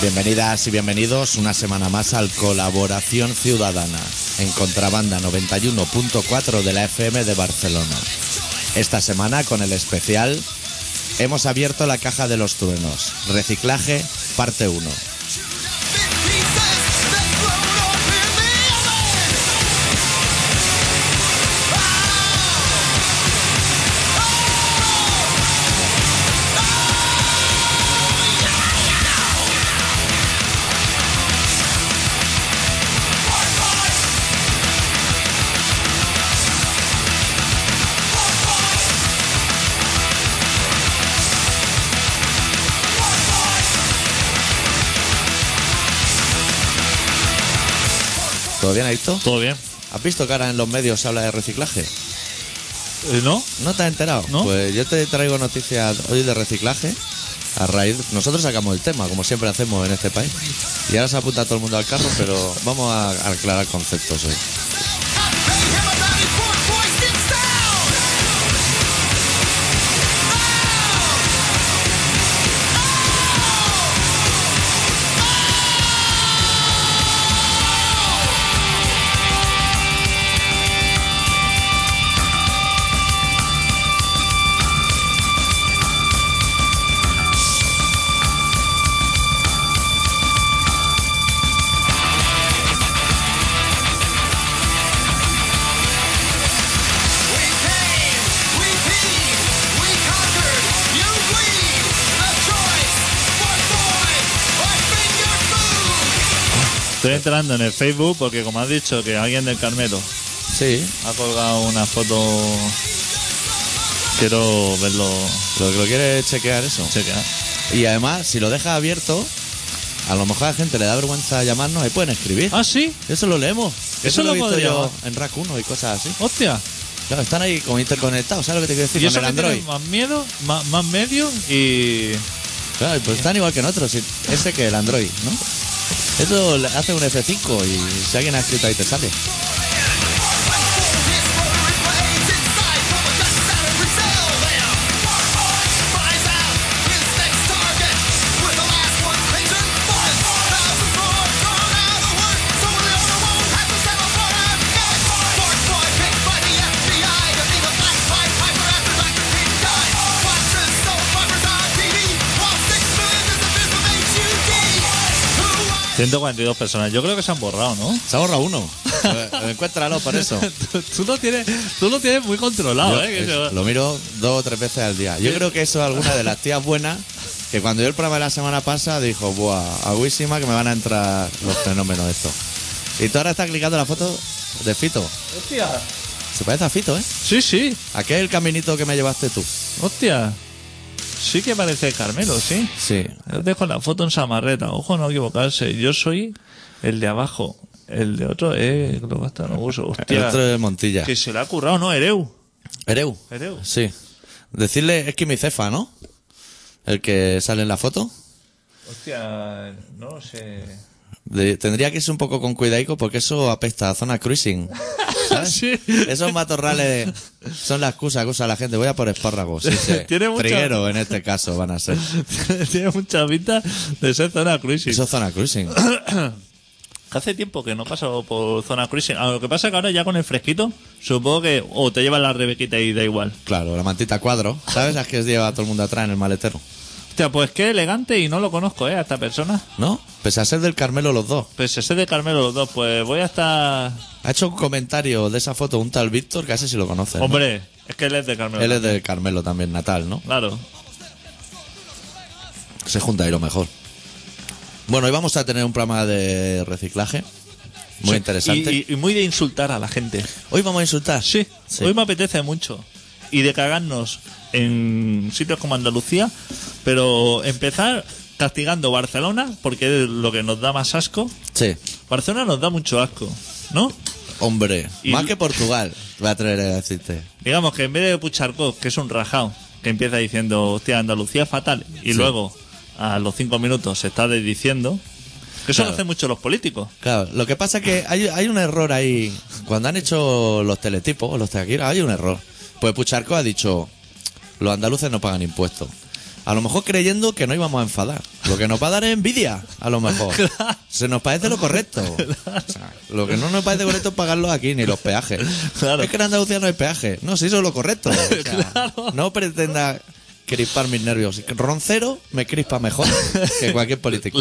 Bienvenidas y bienvenidos una semana más al Colaboración Ciudadana en Contrabanda 91.4 de la FM de Barcelona. Esta semana con el especial hemos abierto la caja de los truenos. Reciclaje, parte 1. ¿Todo bien, Adicto? Todo bien. ¿Has visto que ahora en los medios se habla de reciclaje? Eh, ¿No? ¿No te has enterado? ¿No? Pues yo te traigo noticias hoy de reciclaje. A raíz, nosotros sacamos el tema, como siempre hacemos en este país. Y ahora se apunta todo el mundo al carro, pero vamos a a aclarar conceptos hoy. Estoy entrando en el Facebook porque, como has dicho, que alguien del Carmelo Sí, ha colgado una foto. Quiero verlo lo que lo quiere es chequear eso. chequear. Y además, si lo dejas abierto, a lo mejor a la gente le da vergüenza llamarnos y pueden escribir. Ah, sí. Eso lo leemos. Eso lo he visto yo podríamos. en Racuno y cosas así. Hostia. Claro, están ahí como interconectados, ¿sabes lo que te quiero decir? y Con eso el que Android. tiene más miedo, más, más medio y. Claro, pues están igual que nosotros, si- ese que el Android, ¿no? Eso le- hace un F5 y si alguien ha escrito ahí te sale. Who 142 personas. Yo creo que se han borrado, ¿no? Se ahorra uno. Eh, Encuéntralo por eso. tú, tú lo tienes, tú lo tienes muy controlado, Yo, ¿eh? Que es- se- lo miro dos o tres veces al día. Yo creo que eso es alguna de las tías buenas que cuando yo el programa de la semana pasada dijo, buah, agüísima que me van a entrar los fenómenos estos. Y tú ahora estás clicando la foto de Fito. Hostia. Se parece a Fito, ¿eh? Sí, sí. Aquel caminito que me llevaste tú. Hostia. Sí que parece Carmelo, sí. Sí. Yo dejo la foto en Samarreta, ojo no equivocarse. Yo soy el de abajo, el de otro es lo hasta no uso. El Hostia, otro de Montilla. que se le ha currado, no, Ereu. Ereu. Ereu. Sí. Decirle, es que mi cefa, ¿no? El que sale en la foto. Hostia, no lo sé. De- tendría que irse un poco con cuidaico porque eso apesta a zona cruising. ¿sabes? Sí. Esos matorrales son la excusa que usa la gente. Voy a por espárragos. Sí, sí. Tiene mucha- Triguero, en este caso van a ser. Tiene mucha pinta de ser zona cruising. Eso es zona cruising. Hace tiempo que no paso por zona cruising. Ah, Lo que pasa es que ahora ya con el fresquito, supongo que o te llevan la rebequita y da igual. Claro, la mantita cuadro. ¿Sabes las que lleva todo el mundo atrás en el maletero? Hostia, pues qué elegante y no lo conozco, ¿eh? A esta persona. ¿No? Pese a ser del Carmelo los dos. Pues se sé de Carmelo los dos, pues voy hasta... Ha hecho un comentario de esa foto un tal Víctor, que sé si lo conoces. ¿no? Hombre, es que él es de Carmelo. Él es del Carmelo también, natal, ¿no? Claro. Se junta ahí lo mejor. Bueno, hoy vamos a tener un programa de reciclaje. Muy Sí, interesante. Y, y- y muy de insultar a la gente. Hoy vamos a insultar. Sí, Sí. hoy me apetece mucho. Y de cagarnos en sitios como Andalucía, pero empezar castigando Barcelona, porque es lo que nos da más asco. Sí. Barcelona nos da mucho asco, ¿no? Hombre, Y- más que Portugal, me atreveré a decirte. Digamos que en vez de Pucharcó, que es un rajao, que empieza diciendo, hostia, Andalucía es fatal, y luego a los cinco minutos se está desdiciendo, que eso Claro. lo hacen mucho los políticos. Claro, lo que pasa es que hay, hay un error ahí. Cuando han hecho los teletipos, los taquiros, hay un error. Pues Pucharco ha dicho, los andaluces no pagan impuestos. A lo mejor creyendo que no íbamos a enfadar. Lo que nos va a dar es envidia, a lo mejor. Se nos parece lo correcto. O sea, lo que no nos parece correcto es pagarlo aquí, ni los peajes. Claro. Es que en Andalucía no hay peaje. No, si eso es lo correcto. O sea, Claro. No pretenda crispar mis nervios. Roncero me crispa mejor que cualquier político.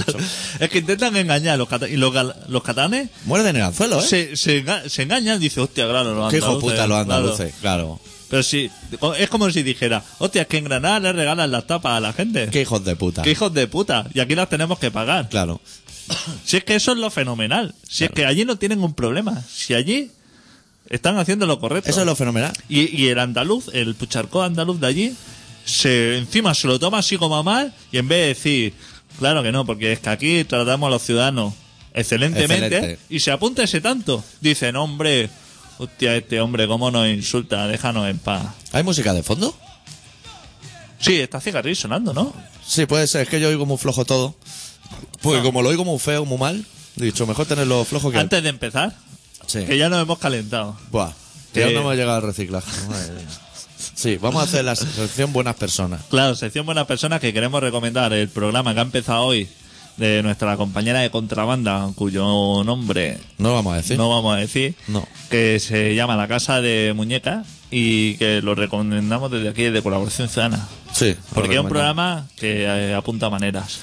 Es que intentan engañar a los, cata- y los, gal- los catalanes. Muerden el anzuelo, ¿eh? Se, se, enga- se engañan, dice, hostia, claro, los Qué hijo de andaluces, puta los claro". andaluces, claro. Pero sí, es como si dijera, hostia, es que en Granada le regalan las tapas a la gente. Qué hijos de puta. Qué hijos de puta. Y aquí las tenemos que pagar. Claro. Si es que eso es lo fenomenal. Si es que allí no tienen un problema. Si allí están haciendo lo correcto. Eso es lo fenomenal. Y, y el andaluz, el pucharcó andaluz de allí, se encima se lo toma así como a mal y en vez de decir, claro que no, porque es que aquí tratamos a los ciudadanos excelentemente Excelente. y se apunta ese tanto. Dicen, hombre, hostia, este hombre, ¿cómo nos insulta? Déjanos en paz. ¿Hay música de fondo? Sí, está cigarrillo sonando, ¿no? Sí, puede ser. Es que yo oigo muy flojo todo. Porque como lo oigo muy feo, muy mal, he dicho, mejor tenerlo flojo que... Ah. Antes de empezar, Sí. que ya nos hemos calentado. Buah, que aún Eh. no hemos llegado al reciclaje. Madre mía. Sí, vamos a hacer la sección Buenas Personas. Claro, sección Buenas Personas que queremos recomendar el programa que ha empezado hoy de nuestra compañera de contrabanda, cuyo nombre No vamos a decir. no vamos a decir, No. que se llama La Casa de Muñecas y que lo recomendamos desde aquí, de Colaboración Ciudadana. Sí. Porque es un recomendamos. programa que eh, apunta maneras.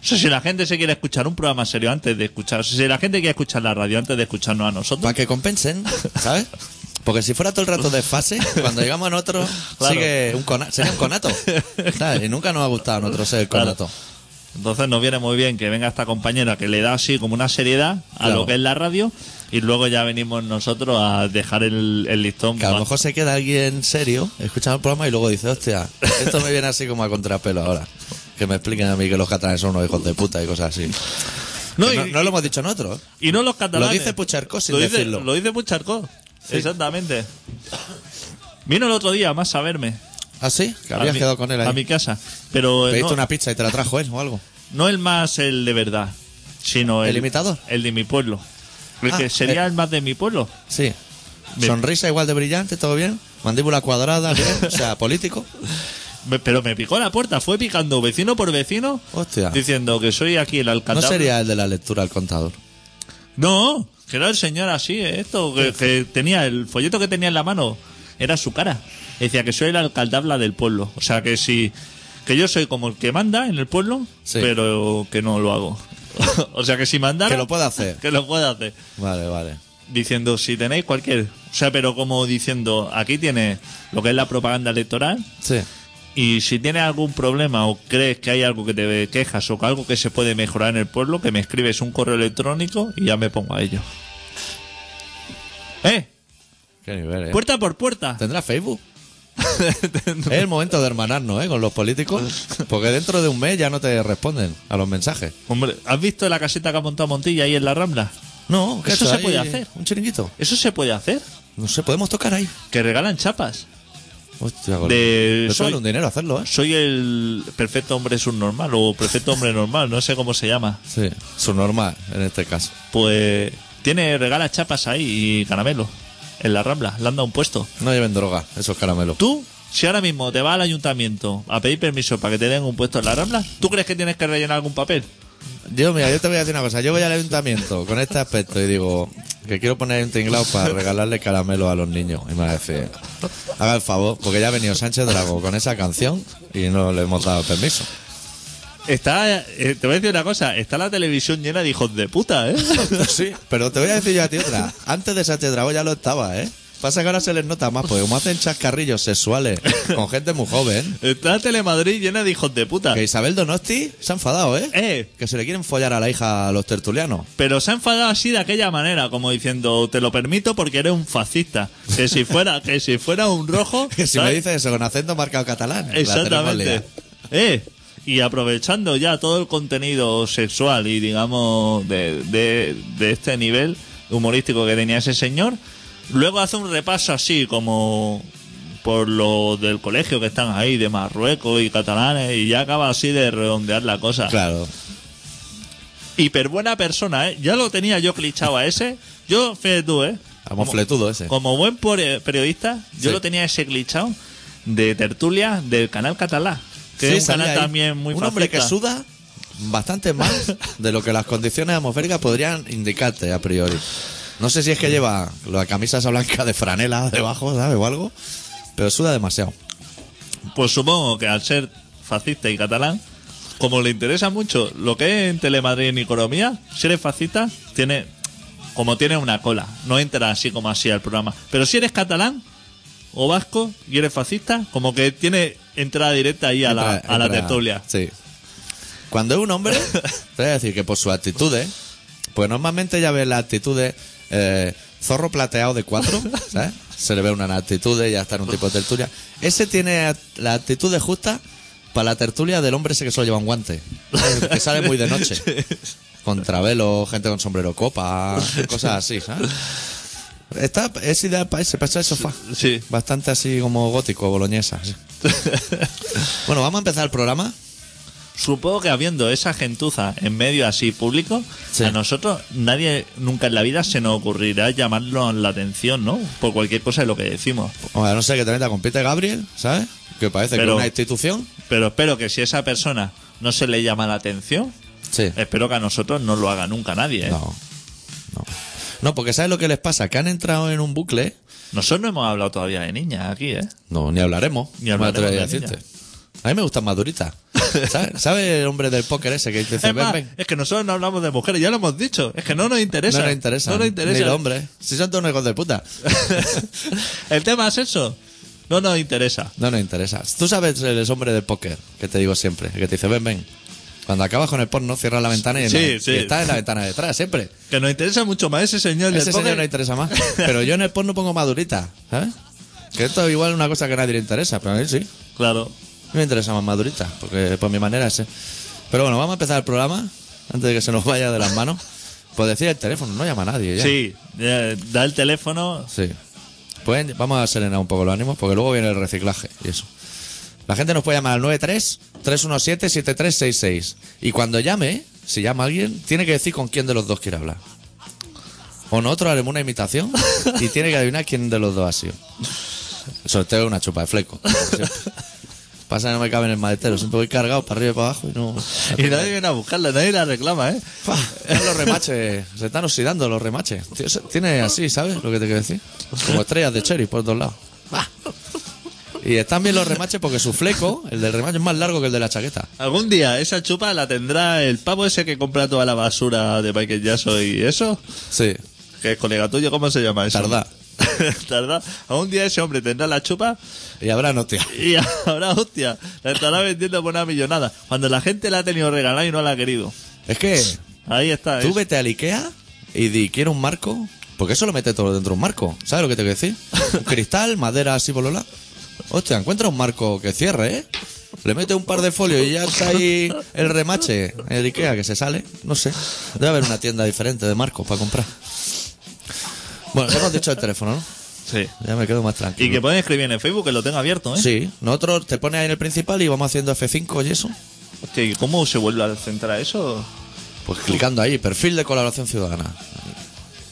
O sea, si la gente se quiere escuchar un programa serio antes de escuchar, si la gente quiere escuchar la radio antes de escucharnos a nosotros, Para que compensen, ¿sabes? Porque si fuera todo el rato de fase, cuando llegamos a nosotros, Claro. sigue un cona- sería un conato. ¿sabes? Y nunca nos ha gustado a nosotros ser el Claro. conato. Entonces nos viene muy bien que venga esta compañera que le da así como una seriedad a Claro. lo que es la radio y luego ya venimos nosotros a dejar el, el listón. Que a lo más- mejor se queda alguien serio escuchando el programa y luego dice, hostia, esto me viene así como a contrapelo ahora. Que me expliquen a mí que los catalanes son unos hijos de puta y cosas así. No, Que y, No, no lo hemos dicho nosotros. ¿eh? y no los catalanes. Lo dice Pucharcó sin Lo dice- decirlo. Lo dice Pucharcó. Exactamente. Vino el otro día más a verme. ¿Ah, sí? Que A habías mi- quedado con él ahí. A mi casa. Pero eh, Pediste no, una pizza y te la trajo él o algo. no el más el de verdad, sino el, ¿El imitador? El de mi pueblo. El Ah, que sería eh. el más de mi pueblo. Sí. Me- Sonrisa igual de brillante, todo bien. Mandíbula cuadrada, bien. O sea, político. Me- Pero me picó la puerta, fue picando vecino por vecino, Hostia. diciendo que soy aquí el No alcalde. sería el de la lectura al contador. No, que era el señor así, eh, esto, que, que tenía, el folleto que tenía en la mano era su cara. Decía que soy el alcaldabla del pueblo. O sea, que si, que yo soy como el que manda en el pueblo, Sí. pero que no lo hago. o sea, que si mandara... Que lo pueda hacer. Que lo pueda hacer. Vale, vale. Diciendo, si tenéis cualquier... O sea, pero como diciendo, aquí tiene lo que es la propaganda electoral, Sí. Y si tienes algún problema o crees que hay algo que te quejas o que algo que se puede mejorar en el pueblo, que me escribes un correo electrónico y ya me pongo a ello. ¡Eh! Qué nivel, ¿eh? Puerta por puerta. ¿Tendrá Facebook? es el momento de hermanarnos, ¿eh? Con los políticos. Porque dentro de un mes ya no te responden a los mensajes. Hombre, ¿has visto la caseta que ha montado Montilla ahí en la Rambla? No, que Pues Eso se hay puede hacer. Un chiringuito. ¿Eso se puede hacer? No sé, podemos tocar ahí. Que regalan chapas. Hostia, con- De- Eso soy- vale un dinero hacerlo, ¿eh? Soy el perfecto hombre subnormal o perfecto hombre normal, no sé cómo se llama. Sí, su normal en este caso. Pues tiene regala chapas ahí y caramelo. En la Rambla, le han dado un puesto. No lleven droga, esos caramelos. Tú, si ahora mismo te vas al ayuntamiento a pedir permiso para que te den un puesto en la Rambla, ¿tú crees que tienes que rellenar algún papel? Yo, mira, yo te voy a decir una cosa. Yo voy al ayuntamiento con este aspecto y digo que quiero poner un tinglado para regalarle caramelo a los niños. Y me va a decir, haga el favor, porque ya ha venido Sánchez Drago con esa canción y no le hemos dado permiso. Está, eh, te voy a decir una cosa, está la televisión llena de hijos de puta, ¿eh? Sí, pero te voy a decir yo a ti otra. Antes de Sánchez Drago ya lo estaba, ¿eh? Pasa que ahora se les nota más, porque como hacen chascarrillos sexuales con gente muy joven, Está Telemadrid llena de hijos de puta. que Isabel Donosti se ha enfadado, ¿eh? Eh, Que se le quieren follar a la hija a los tertulianos. pero se ha enfadado así de aquella manera, como diciendo, te lo permito porque eres un fascista. Que si fuera, que si fuera un rojo... Que si me ¿sabes? dices eso con acento marcado catalán. la tenemos Exactamente. liada. Eh, y aprovechando ya todo el contenido sexual y digamos de, de- de este nivel humorístico que tenía ese señor, luego hace un repaso así como por los del colegio que están ahí, de Marruecos y catalanes, y ya acaba así de redondear la cosa. Claro. Hiper buena persona, ¿eh? Ya lo tenía yo clichado a ese. Yo, fíjate tú, ¿eh? A mofletudo ese. Como buen pore- periodista, yo Sí. lo tenía ese glitchado de tertulia del canal catalá. Que Sí, es un salía canal ahí. también muy Un hombre que fascista. suda bastante más de lo que las condiciones atmosféricas podrían indicarte a priori. No sé si es que lleva la camisa esa blanca de franela debajo, ¿sabes? O algo, pero suda demasiado. Pues supongo que al ser fascista y catalán, como le interesa mucho lo que es en Telemadrid en economía, si eres fascista, tiene como tiene una cola, no entra así como así al programa. Pero si eres catalán o vasco y eres fascista, como que tiene entrada directa ahí a la, Entra- a la entra- tertulia. Sí. Cuando es un hombre, te voy a decir que por sus actitudes, pues normalmente ya ves las actitudes eh, zorro plateado de cuatro, ¿sabes? Se le ve una actitud, ya está en un tipo de tertulia. Ese tiene act- la actitud justa para la tertulia del hombre ese que solo lleva un guante, ¿sabes? que sale muy de noche. Contravelo, gente con sombrero copa, cosas así, ¿sabes? Está, es ideal para ese, para ese sofá. Sí. Bastante así como gótico, boloñesa. así. Bueno, vamos a empezar el programa. Supongo que habiendo esa gentuza en medio así público, Sí. a nosotros nadie nunca en la vida se nos ocurrirá llamarnos la atención, ¿no? Por cualquier cosa de lo que decimos. Hombre, a no sé que te meta con Peter Gabriel, ¿sabes? Que parece que Pero- es una institución. Pero espero que si a esa persona no se le llama la atención, Sí. espero que a nosotros no lo haga nunca nadie. ¿eh? No. No. No, porque ¿sabes lo que les pasa? Que han entrado en un bucle. Nosotros no hemos hablado todavía de niñas aquí, ¿eh? No, ni hablaremos. Ni No hablaremos me atrevería a de decirte. A mí me gustan maduritas. ¿Sabes? ¿Sabe el hombre del póker ese que dice, Es, ven, más, ven? es que nosotros no hablamos de mujeres, ya lo hemos dicho. Es que no nos interesa. No nos interesa. No nos interesa. Ni los hombres. Si son todos hijos de puta. El tema es eso. No nos interesa. No nos interesa. Tú sabes el hombre del póker, que te digo siempre, el que te dice, ven, ven. Cuando acabas con el porno, cierras la ventana y, Sí, en la- sí. y estás en la ventana detrás, siempre. Que nos interesa mucho más ese señor del Ese señor póker. no interesa más. Pero yo en el porno pongo madurita, ¿sabes? Que esto es igual una cosa que a nadie le interesa, pero a mí sí. Claro. A mí Me interesa más madurita, porque por mi manera es. Pero bueno, vamos a empezar el programa, antes de que se nos vaya de las manos. Pues decir el teléfono, no llama a nadie ya. Sí, eh, da el teléfono. Sí. Pues vamos a serenar un poco los ánimos, porque luego viene el reciclaje y eso. La gente nos puede llamar al 93-317-7366. Y cuando llame, si llama alguien, tiene que decir con quién de los dos quiere hablar. O nosotros haremos una imitación y tiene que adivinar quién de los dos ha sido. El sorteo es una chupa de fleco. como siempre. Pasa que no me cabe en el maletero, siempre voy cargado para arriba y para abajo y no. Y nadie viene a buscarla, nadie la reclama, ¿eh? Fa, están los remaches, se están oxidando los remaches. Tío, se- Tiene así, ¿sabes lo que te quiero decir? Como estrellas de cherry por todos lados. Fa. Y están bien los remaches porque su fleco, el del remache, es más largo que el de la chaqueta. Algún día esa chupa la tendrá el pavo ese que compra toda la basura de Michael Jackson y eso. Sí, Que es colega tuyo, ¿cómo se llama eso? Tardá. Tardá. Algún día ese hombre tendrá la chupa y habrá hostia. y ahora, hostia, la estará vendiendo por una millonada. Cuando la gente la ha tenido regalada y no la ha querido. Es que Ahí está. ¿eh? tú es- vete al Ikea y di, quiero un marco, porque eso lo mete todo dentro de un marco. ¿Sabes lo que te quiero decir? Un cristal, madera así, bolola. Hostia, encuentra un marco que cierre, ¿eh? Le mete un par de folios y ya está ahí el remache, el Ikea que se sale. No sé. Debe haber una tienda diferente de marcos para comprar. Bueno, hemos dicho el teléfono, ¿no? Sí. Ya me quedo más tranquilo. Y que pueden escribir en el Facebook, que lo tengo abierto, ¿eh? Sí, nosotros te pones ahí en el principal y vamos haciendo F5 y eso. Hostia, ¿y cómo se vuelve a centrar eso? Pues clicando ahí, perfil de colaboración ciudadana.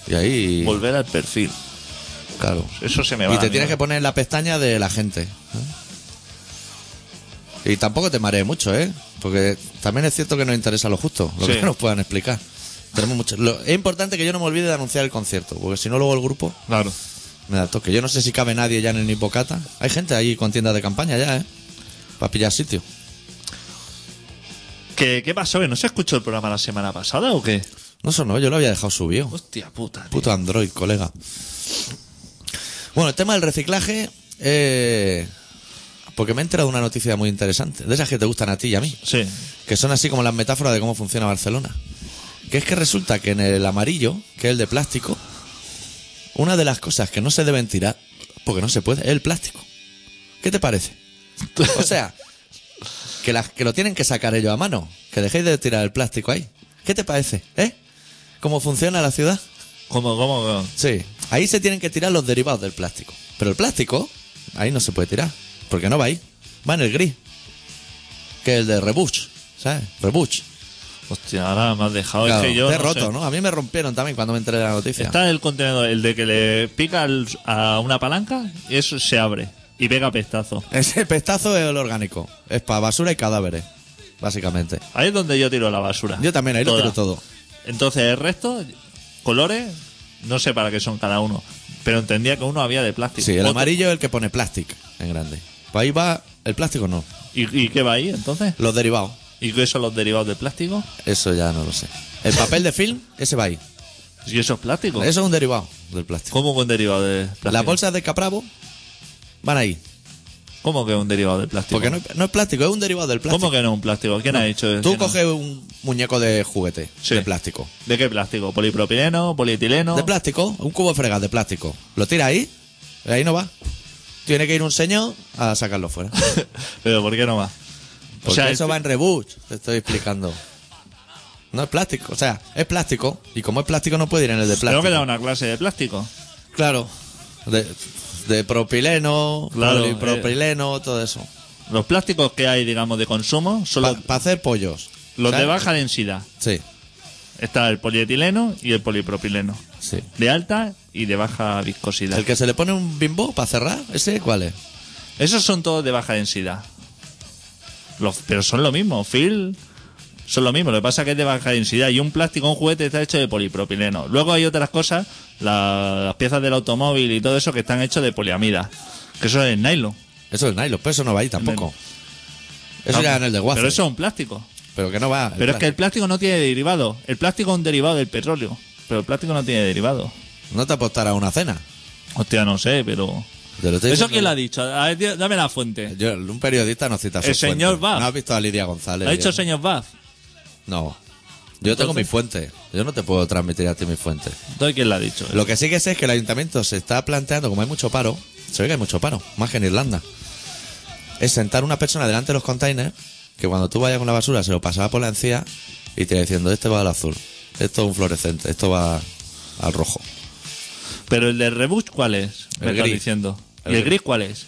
Y ahí, Volver al perfil. claro. Eso se me va. Y te amigo. tienes que poner en la pestaña de la gente. ¿eh? Y tampoco te marees mucho, ¿eh? Porque también es cierto que nos interesa lo justo, lo Sí. que nos puedan explicar. Tenemos mucho... lo- Es importante que yo no me olvide de anunciar el concierto, porque si no luego el grupo Claro. me da toque. Yo no sé si cabe nadie ya en el Nipocata. Hay gente ahí con tiendas de campaña ya, ¿eh? Para pillar sitio. ¿Qué, ¿Qué pasó? ¿Que no se escuchó el programa la semana pasada o qué? No, eso no, yo lo había dejado subido. Hostia puta. tío. Puto Android, colega. Bueno, el tema del reciclaje. eh, porque me he enterado de una noticia muy interesante. De esas que te gustan a ti y a mí. Sí. Que son así como las metáforas de cómo funciona Barcelona. Que es que resulta que en el amarillo, que es el de plástico, una de las cosas que no se deben tirar, porque no se puede, es el plástico. ¿Qué te parece? O sea, que, las, que lo tienen que sacar ellos a mano. Que dejéis de tirar el plástico ahí. ¿Qué te parece? ¿Eh? ¿Cómo funciona la ciudad? ¿Cómo, cómo, cómo? Sí. Ahí se tienen que tirar los derivados del plástico. Pero el plástico, ahí no se puede tirar. Porque no va ahí. Va en el gris. Que es el de rebuch. ¿Sabes? Rebuch. Hostia, ahora me has dejado. Claro, es que yo. te he no roto, sé. ¿no? A mí me rompieron también cuando me enteré de la noticia. Está el contenedor, el de que le pica al- a una palanca y eso se abre y pega pestazo. Ese pestazo es el orgánico. Es para basura y cadáveres. básicamente. Ahí es donde yo tiro la basura. Yo también, ahí lo Toda. tiro todo. Entonces, el resto, colores, no sé para qué son cada uno. Pero entendía que uno había de plástico. Sí, el Otro- amarillo es el que pone plástico en grande. Pues ahí va, el plástico no, ¿Y, y qué va ahí entonces? los derivados. ¿Y qué son los derivados del plástico? Eso ya no lo sé. El papel de film, ese va ahí. ¿Y eso es plástico? Eso es un derivado del plástico. ¿Cómo que un derivado de plástico? Las bolsas de capravo van ahí. ¿Cómo que un derivado de plástico? Porque no, es- no es plástico, es un derivado del plástico. ¿Cómo que no es un plástico? ¿Quién ha dicho Tú que no? coges un muñeco de juguete, Sí. de plástico. ¿De qué plástico? ¿Polipropileno? ¿Polietileno? De plástico, un cubo de fregas de plástico. Lo tiras ahí, y ahí no va. Tiene que ir un señor a sacarlo fuera. ¿Pero por qué no va? Porque eso va en rebuch, te estoy explicando. No es plástico, o sea, es plástico. Y como es plástico, no puede ir en el de plástico. Tengo que dar una clase de plástico. Claro. De, de propileno, Claro, eh, polipropileno, todo eso. Los plásticos que hay, digamos, de consumo son Para los, hacer pollos. los de ¿Sabes? baja densidad. Sí, Está el polietileno y el polipropileno. sí. De alta y de baja viscosidad. El que se le pone un bimbo para cerrar, ¿ese cuál es? Esos son todos de baja densidad. Los, pero son lo mismo. Phil son lo mismo. Lo que pasa es que es de baja densidad. Y un plástico, un juguete está hecho de polipropileno. Luego hay otras cosas, la- las piezas del automóvil y todo eso que están hechos de poliamida. Que eso es nylon. Eso es nylon, pero eso no va ahí tampoco. Eso Ah, ya en el de Guazo. Pero eso es un plástico. Pero que no va. el Pero es que el plástico. plástico no tiene derivado. El plástico es un derivado del petróleo. Pero el plástico no tiene derivado. No te apostará a una cena. Hostia, no sé, pero. Te lo estoy ¿Eso diciendo quién lo ha dicho? A ver, tío, dame la fuente. Yo- un periodista no cita El sus señor fuentes. Bach. ¿No has visto a Lidia González? ¿Lo ha dicho el Diego? señor Bath? No. Yo tengo Entonces- mi fuente. Yo no te puedo transmitir a ti mi fuente. Entonces, ¿quién lo ha dicho? Lo que sí que sé es que el ayuntamiento se está planteando, como hay mucho paro, se ve que hay mucho paro, más que en Irlanda, es sentar una persona delante de los containers que cuando tú vayas con la basura se lo pasaba por la encía y te iba diciendo, este va al azul, esto es un fluorescente, esto va al rojo. Pero el de Rebuch, ¿cuál es? Me El estás gris. diciendo. El ¿Y el gris. gris cuál es?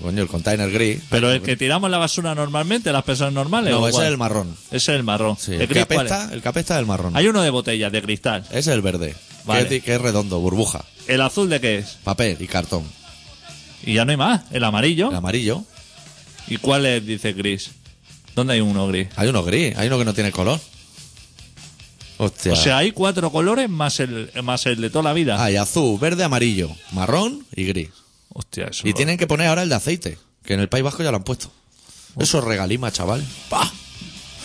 Coño, el container gris. Pero el que tiramos la basura normalmente, las personas normales. No, ¿o ese cuál? es el marrón. Ese es el marrón. Sí, ¿El, el, que gris cuál apesta, el que apesta es el marrón. es? Hay uno de botellas, de cristal. Ese es el verde, Vale. que, es, que es redondo, burbuja, ¿El azul de qué es? papel y cartón. Y ya no hay más. El amarillo. El amarillo. ¿Y cuál es, dice gris? ¿Dónde hay uno gris? Hay uno gris, hay uno que no tiene color. Hostia. O sea, hay cuatro colores más el, más el de toda la vida. Hay azul, verde, amarillo, marrón y gris. Hostia, eso. Y no- tienen que poner ahora el de aceite, que en el País Vasco ya lo han puesto. Eso es regalima, chaval. ¡Pah!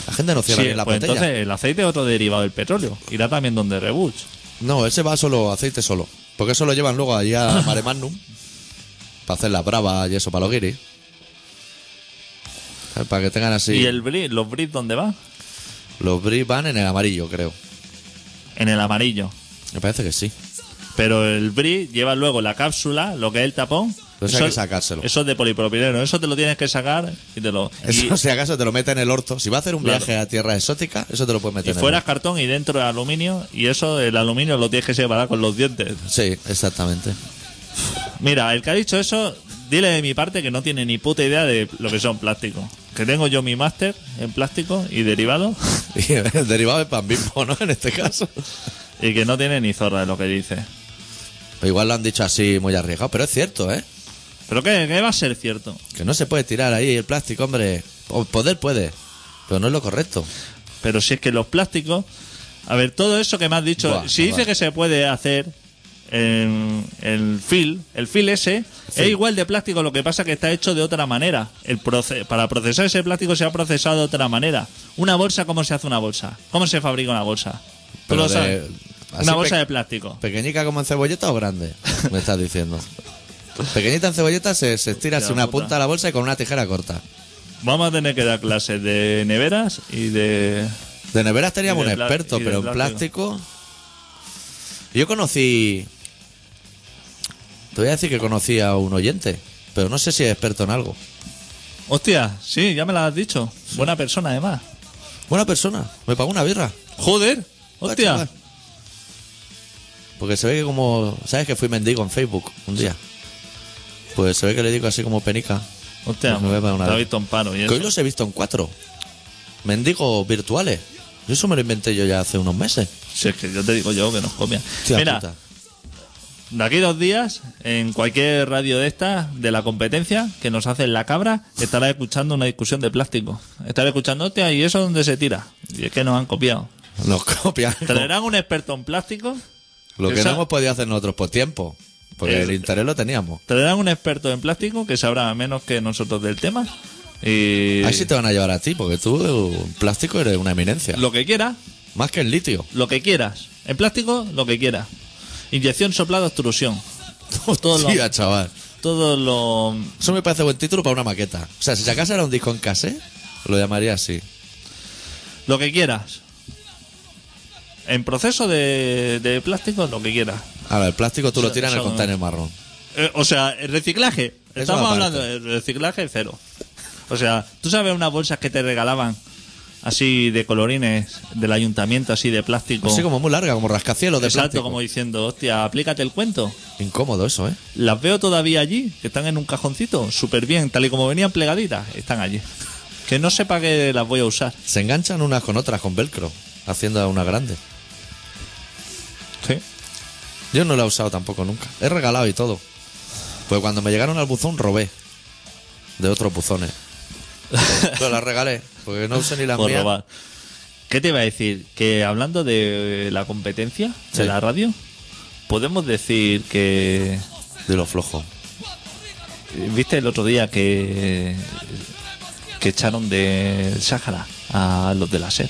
La gente no Oh. Sí, cierra bien la pues botella. entonces el aceite es otro derivado del petróleo. Irá también donde Rebuch. No, ese va solo aceite solo. Porque eso lo llevan luego allí a Mare Magnum. Para hacer las bravas y eso para los guiris. ¿Sabes? Para que tengan así. ¿Y el bris, los bris dónde va? Los bris van en el amarillo, creo. En el amarillo. Me parece que sí. Pero el brie lleva luego la cápsula, lo que es el tapón. Pues hay que sacárselo. Eso es de polipropileno. Eso te lo tienes que sacar y te lo. y- Eso, si acaso, te lo mete en el orto. Si va a hacer un Claro. viaje a tierra exótica, eso te lo puedes y, meter en el fuera orto. cartón y dentro aluminio. Y eso, el aluminio lo tienes que separar con los dientes. Sí, exactamente. Mira, el que ha dicho eso, dile de mi parte que no tiene ni puta idea de lo que son plásticos. Que tengo yo mi máster en plástico y derivados. Y el derivado es pan bimbo, ¿no? En este caso. Y que no tiene ni zorra de lo que dice. Igual lo han dicho así muy arriesgado, pero es cierto, ¿eh? Pero que, que va a ser cierto. Que no se puede tirar ahí el plástico, hombre. O poder puede, pero no es lo correcto. Pero si es que los plásticos. A ver, todo eso que me has dicho. Buah, si dice chaval. que se puede hacer en el fil, el fil ese, Sí. es igual de plástico, lo que pasa que está hecho de otra manera. El proce- para procesar ese plástico se ha procesado de otra manera. Una bolsa, ¿cómo se hace una bolsa? ¿Cómo se fabrica una bolsa? ¿Tú Pero lo de- sabes? así Una pe- bolsa de plástico. ¿Pequeñica como en cebolleta o grande? Me estás diciendo. Pequeñita en cebolleta se, se estira Hostia así una puta. punta a la bolsa y con una tijera corta. Vamos a tener que dar clases de neveras y de... De neveras teníamos Y de un pla- experto, y de pero en plástico. plástico. Yo conocí. Te voy a decir que conocí a un oyente, pero no sé si es experto en algo. Hostia, sí, ya me la has dicho. Buena persona, además. Buena persona, me pagó una birra. Joder, Joder, hostia. chaval. Porque se ve que como. ¿Sabes que fui mendigo en Facebook un día? Pues se ve que le digo así como penica. Hostia, Pues Me voy a pagar una te ha vez. visto en paro. y Que eso. hoy los he visto en cuatro. Mendigos virtuales. Y Eso me lo inventé yo ya hace unos meses. Si es que yo te digo yo que nos copian. Hostia Mira, puta. De aquí dos días, en cualquier radio de estas, de la competencia que nos hace la cabra, estará escuchando una discusión de plástico. Estará escuchando, hostia, ¿y eso dónde se tira? Y es que nos han copiado. Nos copian. Traerán un experto en plástico. Lo que no Esa- hemos podido hacer nosotros por tiempo. Porque Eh, el interés lo teníamos. Traerán un experto en plástico que sabrá menos que nosotros del tema. Y Ahí sí te van a llevar a ti, porque tú en plástico eres una eminencia. lo que quiera, Más que el litio. lo que quieras. En plástico, lo que quieras. Inyección, soplado, extrusión. Todo lo- Hostia, chaval. Todo lo... Eso me parece buen título para una maqueta. O sea, si sacase era un disco en cassette, lo llamaría así. Lo que quieras. En proceso de, de plástico, lo que quieras. Ahora, el plástico tú lo Eso- tiras en el eso no. container marrón. Eh, o sea, el reciclaje. Estamos aparte. hablando de reciclaje cero. O sea, tú sabes unas bolsas que te regalaban así de colorines del ayuntamiento, así de plástico. Así como muy larga, como rascacielos de Exacto, plástico. como diciendo, hostia, aplícate el cuento. Incómodo eso, ¿eh? Las veo todavía allí, que están en un cajoncito, súper bien, tal y como venían plegaditas, están allí. Que no sepa que las voy a usar. Se enganchan unas con otras con velcro, haciendo una grande. Sí. Yo no la he usado tampoco nunca. He regalado y todo. Pues cuando me llegaron al buzón robé. De otros buzones. Pero las regalé, porque no usé ni las Por mías. robar. ¿Qué te iba a decir? Que hablando de la competencia Sí. de la radio, podemos decir que. De lo flojo. ¿Viste el otro día que. que echaron de Sáhara a los de la SER?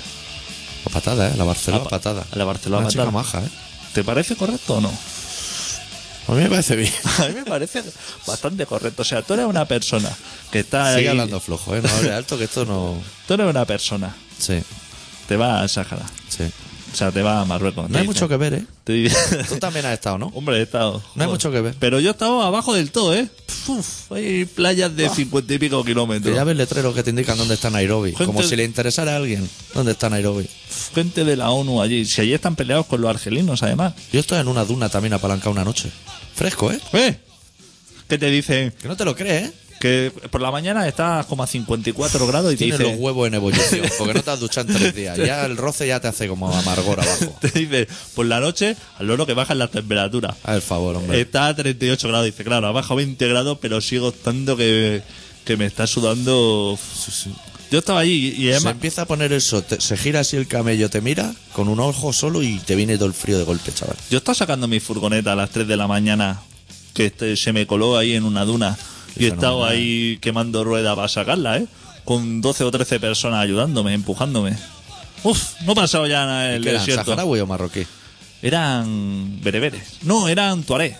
La patada, ¿eh? La Barcelona A pa- patada. a la Barcelona Una chica patada. maja, ¿eh? ¿Te parece correcto o no? A mí me parece bien. A mí me parece bastante correcto. O sea, tú eres una persona que está Ah, ahí- Sigue hablando flojo, ¿eh? No hable alto, que esto no... Tú eres una persona. Sí, Te va a Sáhara. sí. O sea, te va a Marruecos. No hay mucho que ver, ¿eh? ver. Tú también has estado, ¿no? Hombre, he estado. No hay mucho que ver. Pero yo he estado abajo del todo, ¿eh? Uf, hay playas de cincuenta y pico Ah. Que ya kilómetros. ves letreros que te indican dónde está Nairobi. Gente- Como si le interesara a alguien dónde está Nairobi. Gente de la ONU allí. Si allí están peleados con los argelinos, además. Yo estoy en una duna también apalancado una noche. Fresco, ¿eh? ¿Eh? ¿Qué te dicen? Que no te lo crees, ¿eh? Que por la mañana estás como a 54 grados y te Tienes dicen... los huevos en ebullición, porque no te has duchado en tres días. Ya el roce ya te hace como amargor abajo. Te dicen, por la noche, al loro que bajan las temperaturas. A el favor, hombre. Está a 38 grados. Dice, claro, ha bajado 20 grados, pero sigo estando que, que me está sudando. Yo estaba allí y, y Se además... empieza a poner eso, te- se gira así el camello, te mira con un ojo solo y te viene todo el frío de golpe, chaval. Yo estaba sacando mi furgoneta a las 3 de la mañana, que este, se me coló ahí en una duna. Y he estado fenomenal. ahí quemando rueda para sacarla, ¿eh? Con 12 o 13 personas ayudándome, empujándome. Uf, no he pasado ya nada el ¿Qué eran, desierto. saharaui o marroquí? Eran bereberes. No, eran tuareg.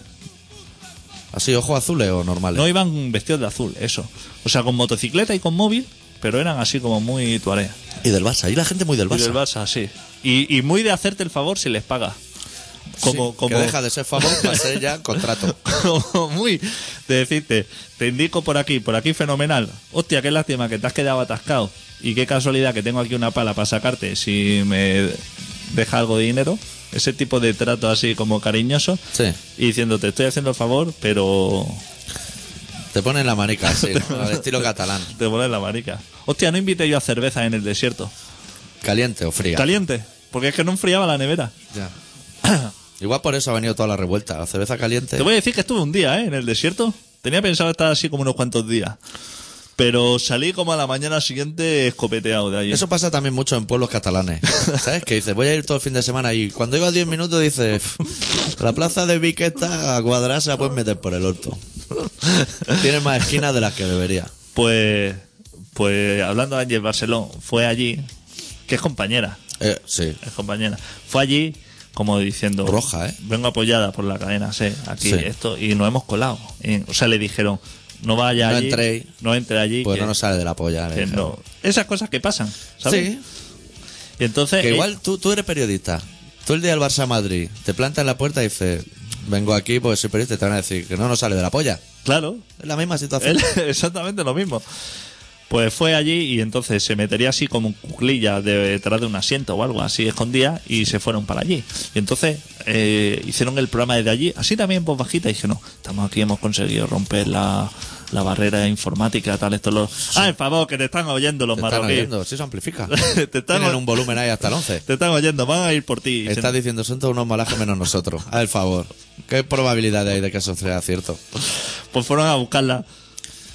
¿Así, ojos azules o normales? No iban vestidos de azul, eso. O sea, con motocicleta y con móvil, pero eran así como muy tuareg. Y del Barça, y la gente muy del Y Barça. del Barça, sí. Y, y muy de hacerte el favor si les paga. Como, Sí, como, Que deja de ser favor para ser ya contrato. como muy de decirte, te indico por aquí, por aquí fenomenal. Hostia, qué lástima que te has quedado atascado. Y qué casualidad que tengo aquí una pala para sacarte si me deja algo de dinero. Ese tipo de trato así como cariñoso. Sí. Y diciéndote, estoy haciendo el favor, pero Te ponen la manica así, ¿no? al estilo catalán. te pones la marica. Hostia, no invité yo a cerveza en el desierto. Caliente o fría. Caliente. Porque es que no enfriaba la nevera. Ya. Igual por eso ha venido toda la revuelta. La cerveza caliente. Te voy a decir que estuve un día, ¿eh? En el desierto. Tenía pensado estar así como unos cuantos días. Pero salí como a la mañana siguiente escopeteado de allí. Eso pasa también mucho en pueblos catalanes. ¿Sabes? Que dices, voy a ir todo el fin de semana y cuando iba 10 minutos dices, "Pff, la plaza de Viqueta a cuadrar se la puedes meter por el orto. Tiene más esquinas de las que debería. Pues, pues hablando de Ángel Barceló, fue allí, que es compañera, Eh, sí. es compañera. Fue allí como diciendo... Roja, ¿eh? Vengo apoyada por la cadena, sé, aquí Sí. esto, y nos hemos colado. Y, o sea, le dijeron, no vaya No allí, entréis. no entre allí. Pues que- no nos sale de la polla. le que dije. no. Esas cosas que pasan, ¿sabes? Sí. Y entonces... Que eh, igual tú, tú eres periodista. Tú el día del Barça Madrid te plantas en la puerta y dices, vengo aquí porque soy periodista. y Te van a decir que no nos sale de la polla. Claro, Es la misma situación. Él, exactamente lo mismo. Pues fue allí y entonces se metería así como en cuclillas de- detrás de un asiento o algo así, escondía y se fueron para allí. Y entonces eh, hicieron el programa desde allí, así también en voz bajita, y dije, no, estamos aquí, hemos conseguido romper la, la barrera informática, tal, esto, lo... Ah, el favor, que te están oyendo los Te están marroquíes. oyendo, sí se amplifica. Te están Tienen oy- un volumen ahí hasta el 11. Te están oyendo, van a ir por ti. Estás diciendo, son todos unos malajes menos nosotros. A ver, favor. ¿Qué probabilidades hay de que eso sea cierto? Pues fueron a buscarla,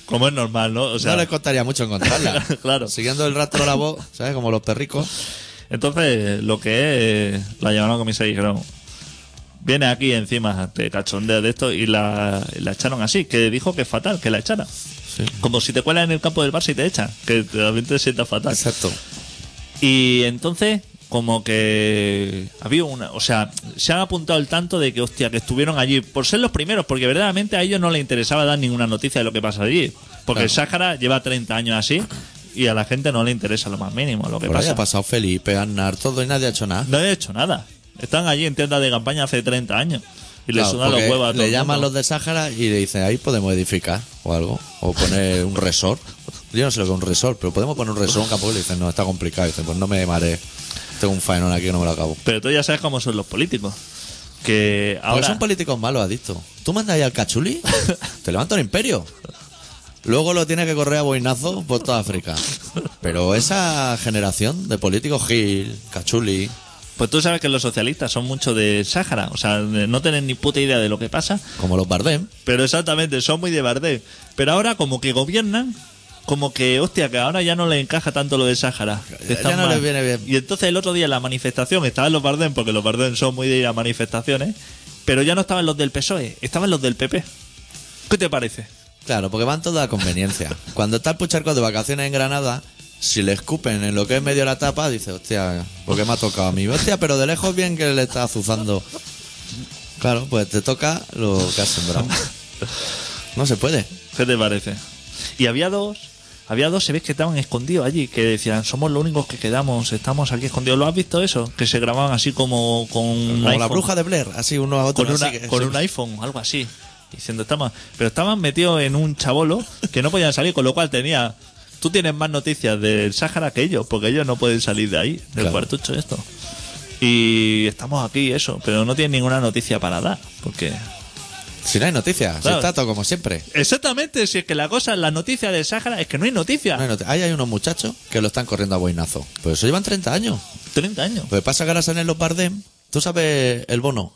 como es normal, ¿no? O sea, no les costaría mucho encontrarla. Claro. Siguiendo el rastro de la voz, ¿sabes? Como los perricos. Entonces, lo que es, la llamaron a la comisaría y dijeron, viene aquí encima, te cachondeas de esto, y la, la echaron así, que dijo que es fatal, que la echara. Como si te cuelas en el campo del Barça y te echan, que también te sientas fatal. Exacto. Y entonces, como que había una, o sea, se han apuntado el tanto de que, hostia, que estuvieron allí por ser los primeros, porque verdaderamente a ellos no les interesaba dar ninguna noticia de lo que pasa allí. Porque el Claro. Sáhara lleva 30 años así y a la gente no le interesa lo más mínimo lo que Por ahí pasa. ha pasado Felipe, Aznar, todo y nadie ha hecho nada. No he hecho nada. Están allí en tiendas de campaña hace 30 años. Y le Claro, sudan los porque huevos a todo Le el llaman mundo. los de Sáhara y le dicen, ahí podemos edificar o algo. O poner un resort. Yo no sé lo que es un resort, pero podemos poner un resort en un campo. Y le dicen, no, está complicado. Y dicen, pues no me mareé. Tengo un faenón aquí que no me lo acabo. Pero tú ya sabes cómo son los políticos. Que Porque ahora... Pues son políticos malos, adicto. Tú mandas ahí al cachuli, te levanta un imperio. Luego lo tienes que correr a boinazo por toda África. Pero esa generación de políticos Gil, cachuli, Pues tú sabes que los socialistas son mucho de Sáhara. O sea, de no tienen ni puta idea de lo que pasa. como los Bardem, Pero exactamente, son muy de Bardem. Pero ahora como que gobiernan, como que, hostia, que ahora ya no les encaja tanto lo de Sáhara. Que Ya están no les viene bien. Y entonces el otro día en la manifestación estaban los Bardem, porque los Bardem son muy de ir a manifestaciones, pero ya no estaban los del PSOE, E, estaban los del PP. ¿Qué te parece? Claro, porque van todos a conveniencia. Cuando está el pucharco de vacaciones en Granada, si le escupen en lo que es medio la tapa, dice, hostia, ¿por qué me ha tocado a mí? Hostia, pero de lejos bien que le está azuzando. Claro, pues te toca lo que has sembrado. No se puede. ¿Qué te parece? Y había dos, había dos, se ve que estaban escondidos allí, que decían, somos los únicos que quedamos, estamos aquí escondidos. ¿Lo has visto eso? Que se grababan así como con un Como la iPhone. bruja de Blair, así uno a otro. con, una- así que- con sí. un iPhone, algo así. Diciendo, estamos, pero estaban metidos en un chabolo que no podían salir, con lo cual tenía. Tú tienes más noticias del Sáhara que ellos, porque ellos no pueden salir de ahí, del Claro. cuartucho esto. Y estamos aquí, eso, pero no tienen ninguna noticia para dar, porque. Si no hay noticias, Claro. está todo como siempre. Exactamente, si es que la cosa, la noticia del Sáhara es que no hay noticia. No hay noti- Ahí hay unos muchachos que lo están corriendo a boinazo. Pero eso llevan 30 años. 30 años. Lo que pasa es que ahora salen los Bardem, tú sabes el bono,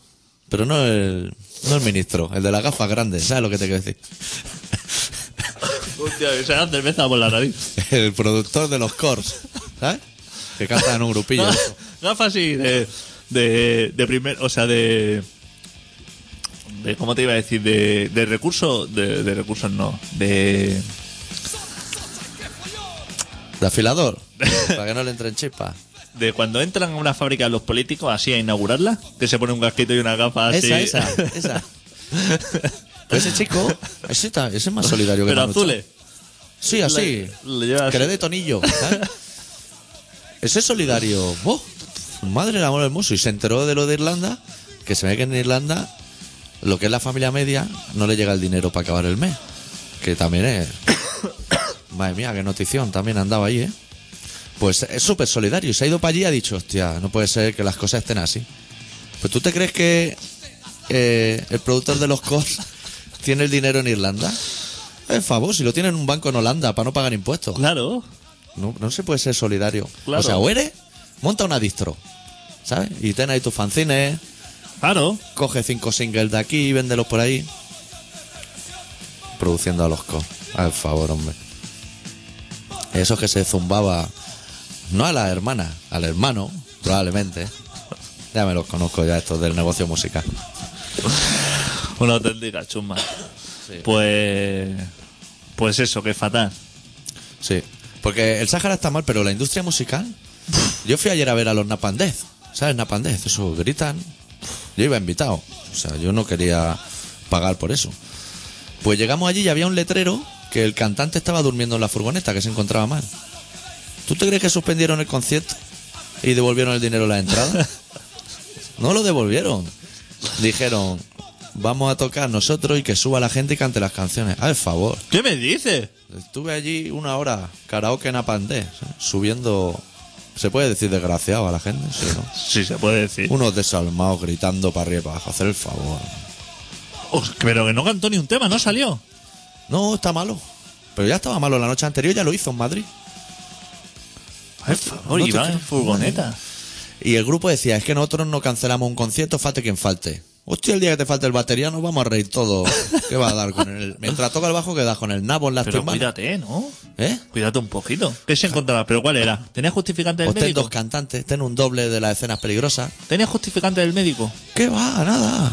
pero no el, no el ministro, el de las gafas grandes, ¿sabes lo que te quiero decir? Hostia, que se dan cerveza por la nariz. El productor de los cores, ¿sabes? Que cantan en un grupillo. Gafas y de, de, de primer, o sea, de, de, ¿cómo te iba a decir? De, de recursos, de, de recursos no, de, De afilador, para que no le entren chispas. de cuando entran a una fábrica los políticos así a inaugurarla, que se pone un casquito y una gafa así. Esa, esa, esa. Pues ese chico, ese, está- ese es más solidario que Pero Manu Chao. azules. Sí, así. Le- le lleva así. que le dé tonillo. ¿sabes? Ese es solidario. ¡Buah! Madre del amor hermoso. Y se enteró de lo de Irlanda, que se ve que en Irlanda lo que es la familia media no le llega el dinero para acabar el mes. Que también es... Madre mía, qué notición. También andaba ahí, ¿eh? Pues es súper solidario. Se ha ido para allí y ha dicho, hostia, no puede ser que las cosas estén así. Pues tú te crees que eh, el productor de los cores tiene el dinero en Irlanda? En favor, si lo tiene en un banco en Holanda para no pagar impuestos. Claro. No, no se puede ser solidario. Claro. O sea, o eres, monta una distro, ¿sabes? Y ten ahí tus fanzines, Claro. coge cinco singles de aquí y véndelos por ahí. Produciendo a los co. Al favor, hombre. Esos que se zumbaba, no a la hermana, al hermano, probablemente. Ya me los conozco ya estos del negocio musical. Una auténtica chumba. Pues, pues eso, que fatal. Sí. Porque el Sáhara está mal, pero la industria musical. Yo fui ayer a ver a los Napandez. ¿Sabes? Napandez, eso gritan. Yo iba invitado. O sea, yo no quería pagar por eso. Pues llegamos allí y había un letrero que el cantante estaba durmiendo en la furgoneta, que se encontraba mal. ¿Tú te crees que suspendieron el concierto y devolvieron el dinero a la entrada? No lo devolvieron. Dijeron, vamos a tocar nosotros y que suba la gente y cante las canciones. Al favor. ¿Qué me dices? Estuve allí una hora, karaoke en Apandé, subiendo. Se puede decir desgraciado a la gente, sí, ¿no? Sí, se puede decir. Unos desalmados gritando para arriba y para abajo, hacer el favor. Oh, Pero que no cantó ni un tema, no salió. No, está malo. Pero ya estaba malo la noche anterior, ya lo hizo en Madrid. Por favor, no te Iván, creo. en furgoneta. Y el grupo decía, es que nosotros no cancelamos un concierto, falte quien falte. Hostia, el día que te falte el batería nos vamos a reír todos. ¿Qué va a dar con el...? Mientras toca el bajo quedas con el nabo en las Pero manos. cuídate, ¿no? ¿Eh? Cuídate un poquito. ¿Qué se encontraba? ¿Pero cuál era? ¿Tenía justificante del Pues ten médico? dos cantantes, ten un doble de las escenas peligrosas. ¿Tenía justificante del médico? ¿Qué va? Nada.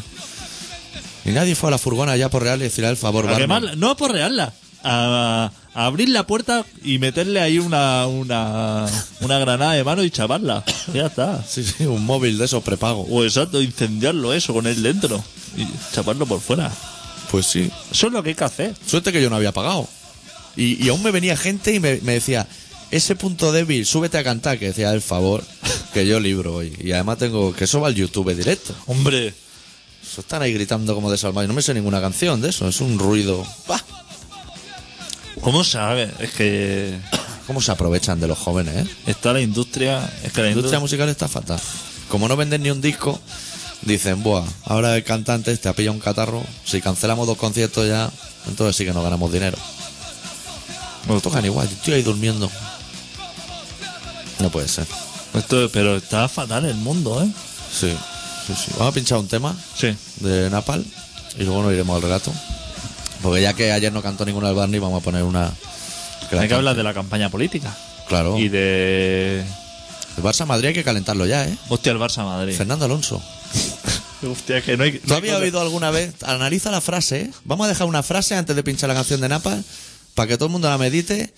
Y nadie fue a la furgona allá por Real y decirle el favor. A barman. quemarla, no a porrearla. A, a abrir la puerta y meterle ahí una, una, una granada de mano y chaparla. Ya está. Sí, sí, un móvil de esos prepago. O exacto, incendiarlo eso con él dentro y chaparlo por fuera. Pues sí. Eso es lo que hay que hacer. Suerte que yo no había pagado. Y, y aún me venía gente y me, me decía, ese punto débil, súbete a cantar, que decía el favor, que yo libro hoy. Y además tengo que eso va al YouTube directo. Hombre, Eso están ahí gritando como desalmados. Yo No me sé ninguna canción de eso, es un ruido. ¡Bah! ¿cómo sabe? Es que ¿Cómo se aprovechan de los jóvenes, eh? está la industria. Es que la La industria industria. musical está fatal. Como no venden ni un disco, dicen, buah, ahora el cantante este ha pillado un catarro, si cancelamos dos conciertos ya, entonces sí que no ganamos dinero. Nos tocan igual, yo estoy ahí durmiendo. No puede ser. Esto, pero está fatal el mundo, ¿eh? Sí, sí, sí. Vamos a pinchar un tema Sí. de Napal y luego nos iremos al relato. Porque ya que ayer no cantó ninguna al Barney, vamos a poner una... la Hay que cante. hablar de la campaña política. Claro. Y de. El Barça-Madrid hay que calentarlo ya, ¿eh? Hostia, el Barça Madrid. Fernando Alonso. Hostia, que no hay. ¿Tú habías oído alguna vez? Analiza la frase. ¿eh? Vamos a dejar una frase antes de pinchar la canción de Napa para que todo el mundo la medite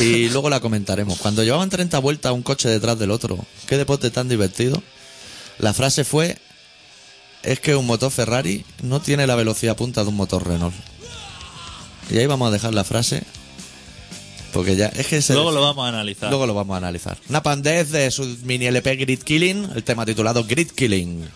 y luego la comentaremos. Cuando llevaban 30 vueltas un coche detrás del otro, qué deporte tan divertido. La frase fue: Es que un motor Ferrari no tiene la velocidad punta de un motor Renault. Y ahí vamos a dejar la frase. Porque ya es que se Luego lo vamos a analizar. Luego lo vamos a analizar. Napalm Death de su mini LP Grid Killing, el tema titulado Grid Killing.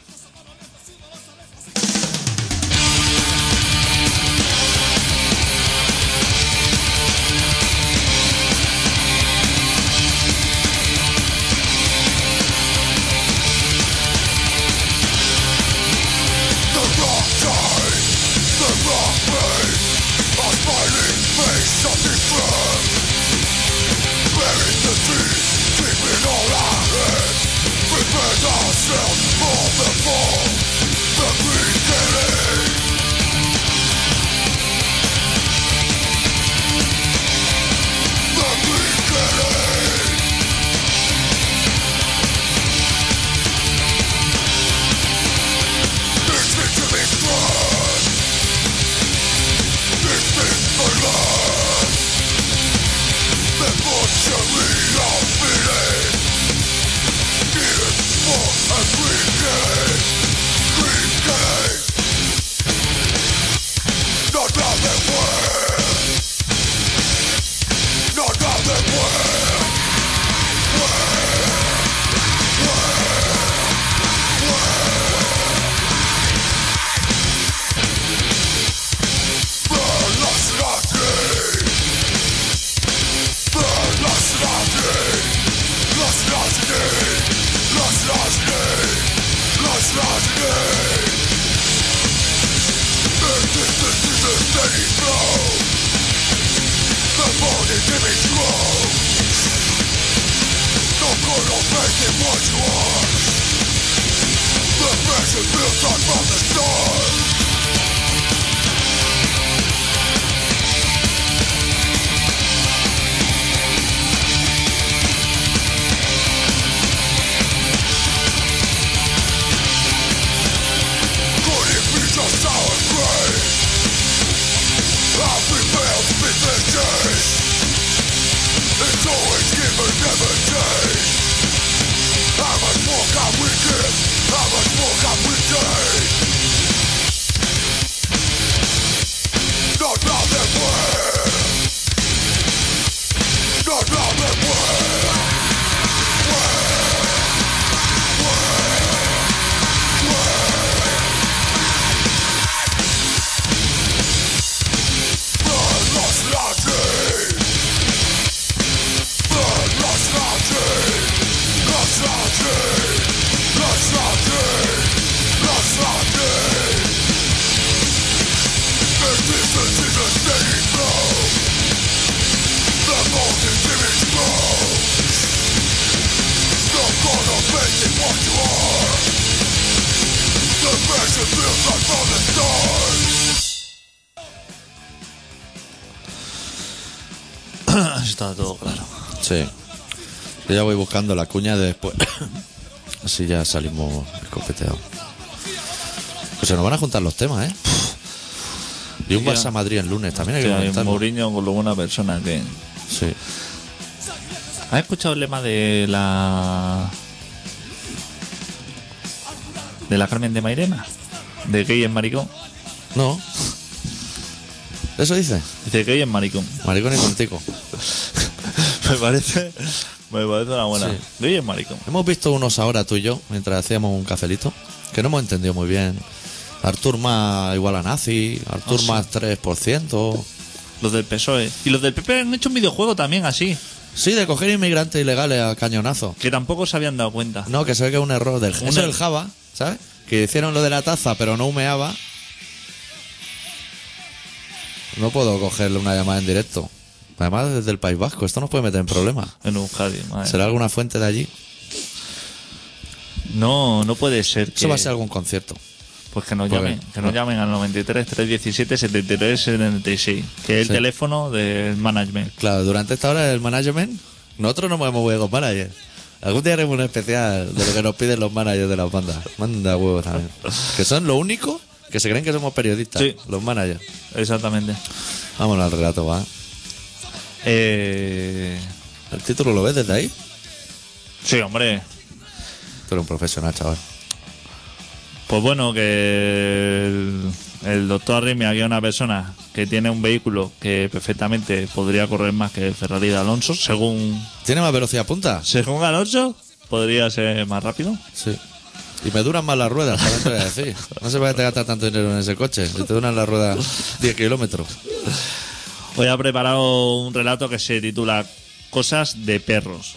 Lost logic! Está todo claro. Sí. Yo ya voy buscando la cuña de después. Así ya salimos escopeteados. Pues se nos van a juntar los temas, ¿eh? Y un Ya. Barça Madrid el lunes también hay que Que hay comentarlo. Mourinho con una persona que. Sí. ¿Has escuchado el lema de la. de la Carmen de Mairena? De gay es maricón. No. Eso dice. Dice gay es maricón. Maricón y contigo. Me parece. me parece una buena. Sí. Gay es maricón. Hemos visto unos ahora tú y yo, mientras hacíamos un cafelito, que no hemos entendido muy bien. Artur más igual a nazi, Artur Ah, sí. más 3%. Los del PSOE. E. Y los del PP han hecho un videojuego también así. Sí, de coger inmigrantes ilegales a cañonazo. Que tampoco se habían dado cuenta. No, que se ve que es un error del Un Eso er- del Java, ¿sabes? Que hicieron lo de la taza, pero no humeaba. No puedo cogerle una llamada en directo. Además, desde el País Vasco, esto nos puede meter en problemas. En un jardín. madre. ¿Será alguna fuente de allí? No, no puede ser que. Eso va a ser algún concierto. Pues que nos ¿Por qué? llamen, que nos llamen al 93 317 73 76, que es Sí. el teléfono del management. Claro, durante esta hora del management, nosotros no movemos huevos managers. Algún día haremos un especial de lo que nos piden los managers de las bandas. Manda huevos también. Que son lo único que se creen que somos periodistas, Sí. los managers. Exactamente. Vámonos al relato, va. Eh, ¿El título lo ves desde ahí? sí, hombre. Tú eres un profesional, chaval. Pues bueno, que el, el doctor Arrimi aquí una persona que tiene un vehículo que perfectamente podría correr más que el Ferrari de Alonso. Según, ¿Tiene más velocidad punta? según Alonso, podría ser más rápido. Sí. Y me duran más las ruedas, también te voy a decir. No se puede gastar tanto dinero en ese coche. Si te duran las ruedas 10 kilómetros. Hoy ha preparado un relato que se titula Cosas de perros.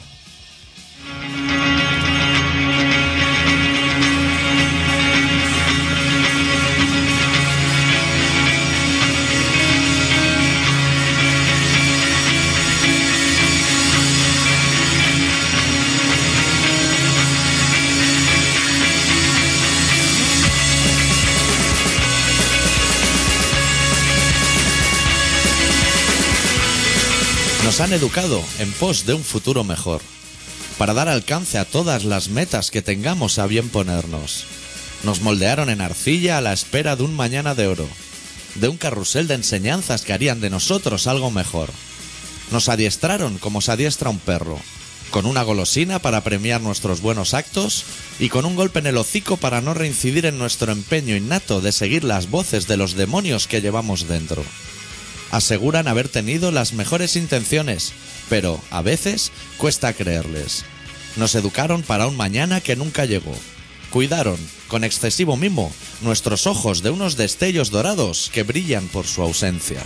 Nos han educado en pos de un futuro mejor, para dar alcance a todas las metas que tengamos a bien ponernos. Nos moldearon en arcilla a la espera de un mañana de oro, de un carrusel de enseñanzas que harían de nosotros algo mejor. Nos adiestraron como se adiestra un perro, con una golosina para premiar nuestros buenos actos y con un golpe en el hocico para no reincidir en nuestro empeño innato de seguir las voces de los demonios que llevamos dentro aseguran haber tenido las mejores intenciones, pero a veces cuesta creerles. Nos educaron para un mañana que nunca llegó. Cuidaron, con excesivo mimo, nuestros ojos de unos destellos dorados que brillan por su ausencia.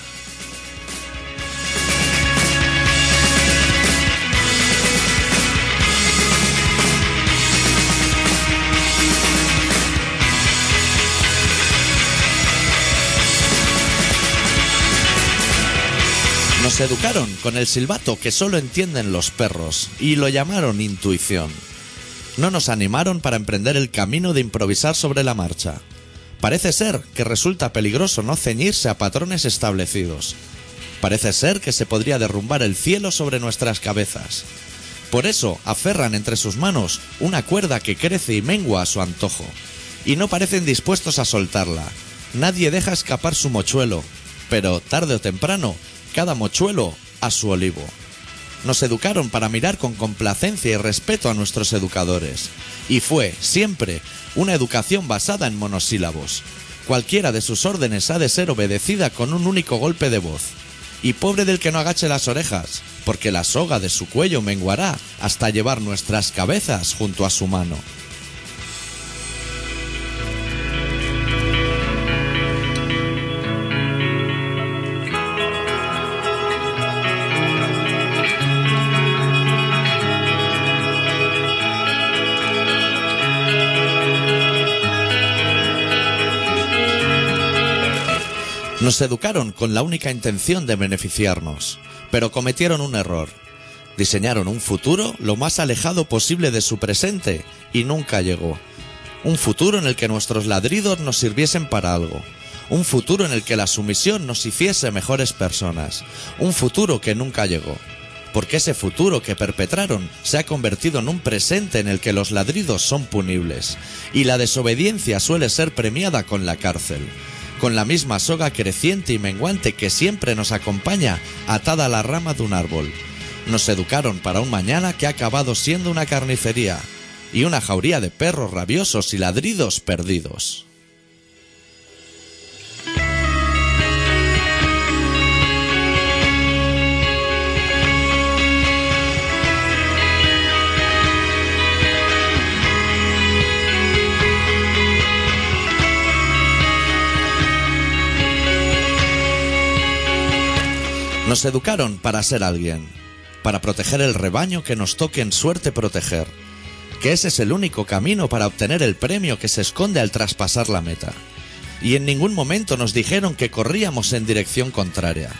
Nos educaron con el silbato que solo entienden los perros y lo llamaron intuición. No nos animaron para emprender el camino de improvisar sobre la marcha. Parece ser que resulta peligroso no ceñirse a patrones establecidos. Parece ser que se podría derrumbar el cielo sobre nuestras cabezas. Por eso aferran entre sus manos una cuerda que crece y mengua a su antojo, y no parecen dispuestos a soltarla. Nadie deja escapar su mochuelo, pero tarde o temprano, cada mochuelo a su olivo. Nos educaron para mirar con complacencia y respeto a nuestros educadores, y fue, siempre, una educación basada en monosílabos. Cualquiera de sus órdenes ha de ser obedecida con un único golpe de voz. Y pobre del que no agache las orejas, porque la soga de su cuello menguará hasta llevar nuestras cabezas junto a su mano. Nos educaron con la única intención de beneficiarnos, pero cometieron un error. Diseñaron un futuro lo más alejado posible de su presente y nunca llegó. Un futuro en el que nuestros ladridos nos sirviesen para algo. Un futuro en el que la sumisión nos hiciese mejores personas. Un futuro que nunca llegó. Porque ese futuro que perpetraron se ha convertido en un presente en el que los ladridos son punibles. Y la desobediencia suele ser premiada con la cárcel. Con la misma soga creciente y menguante que siempre nos acompaña atada a la rama de un árbol. Nos educaron para un mañana que ha acabado siendo una carnicería y una jauría de perros rabiosos y ladridos perdidos. Nos educaron para ser alguien, para proteger el rebaño que nos toque en suerte proteger, que ese es el único camino para obtener el premio que se esconde al traspasar la meta. Y en ningún momento nos dijeron que corríamos en dirección contraria,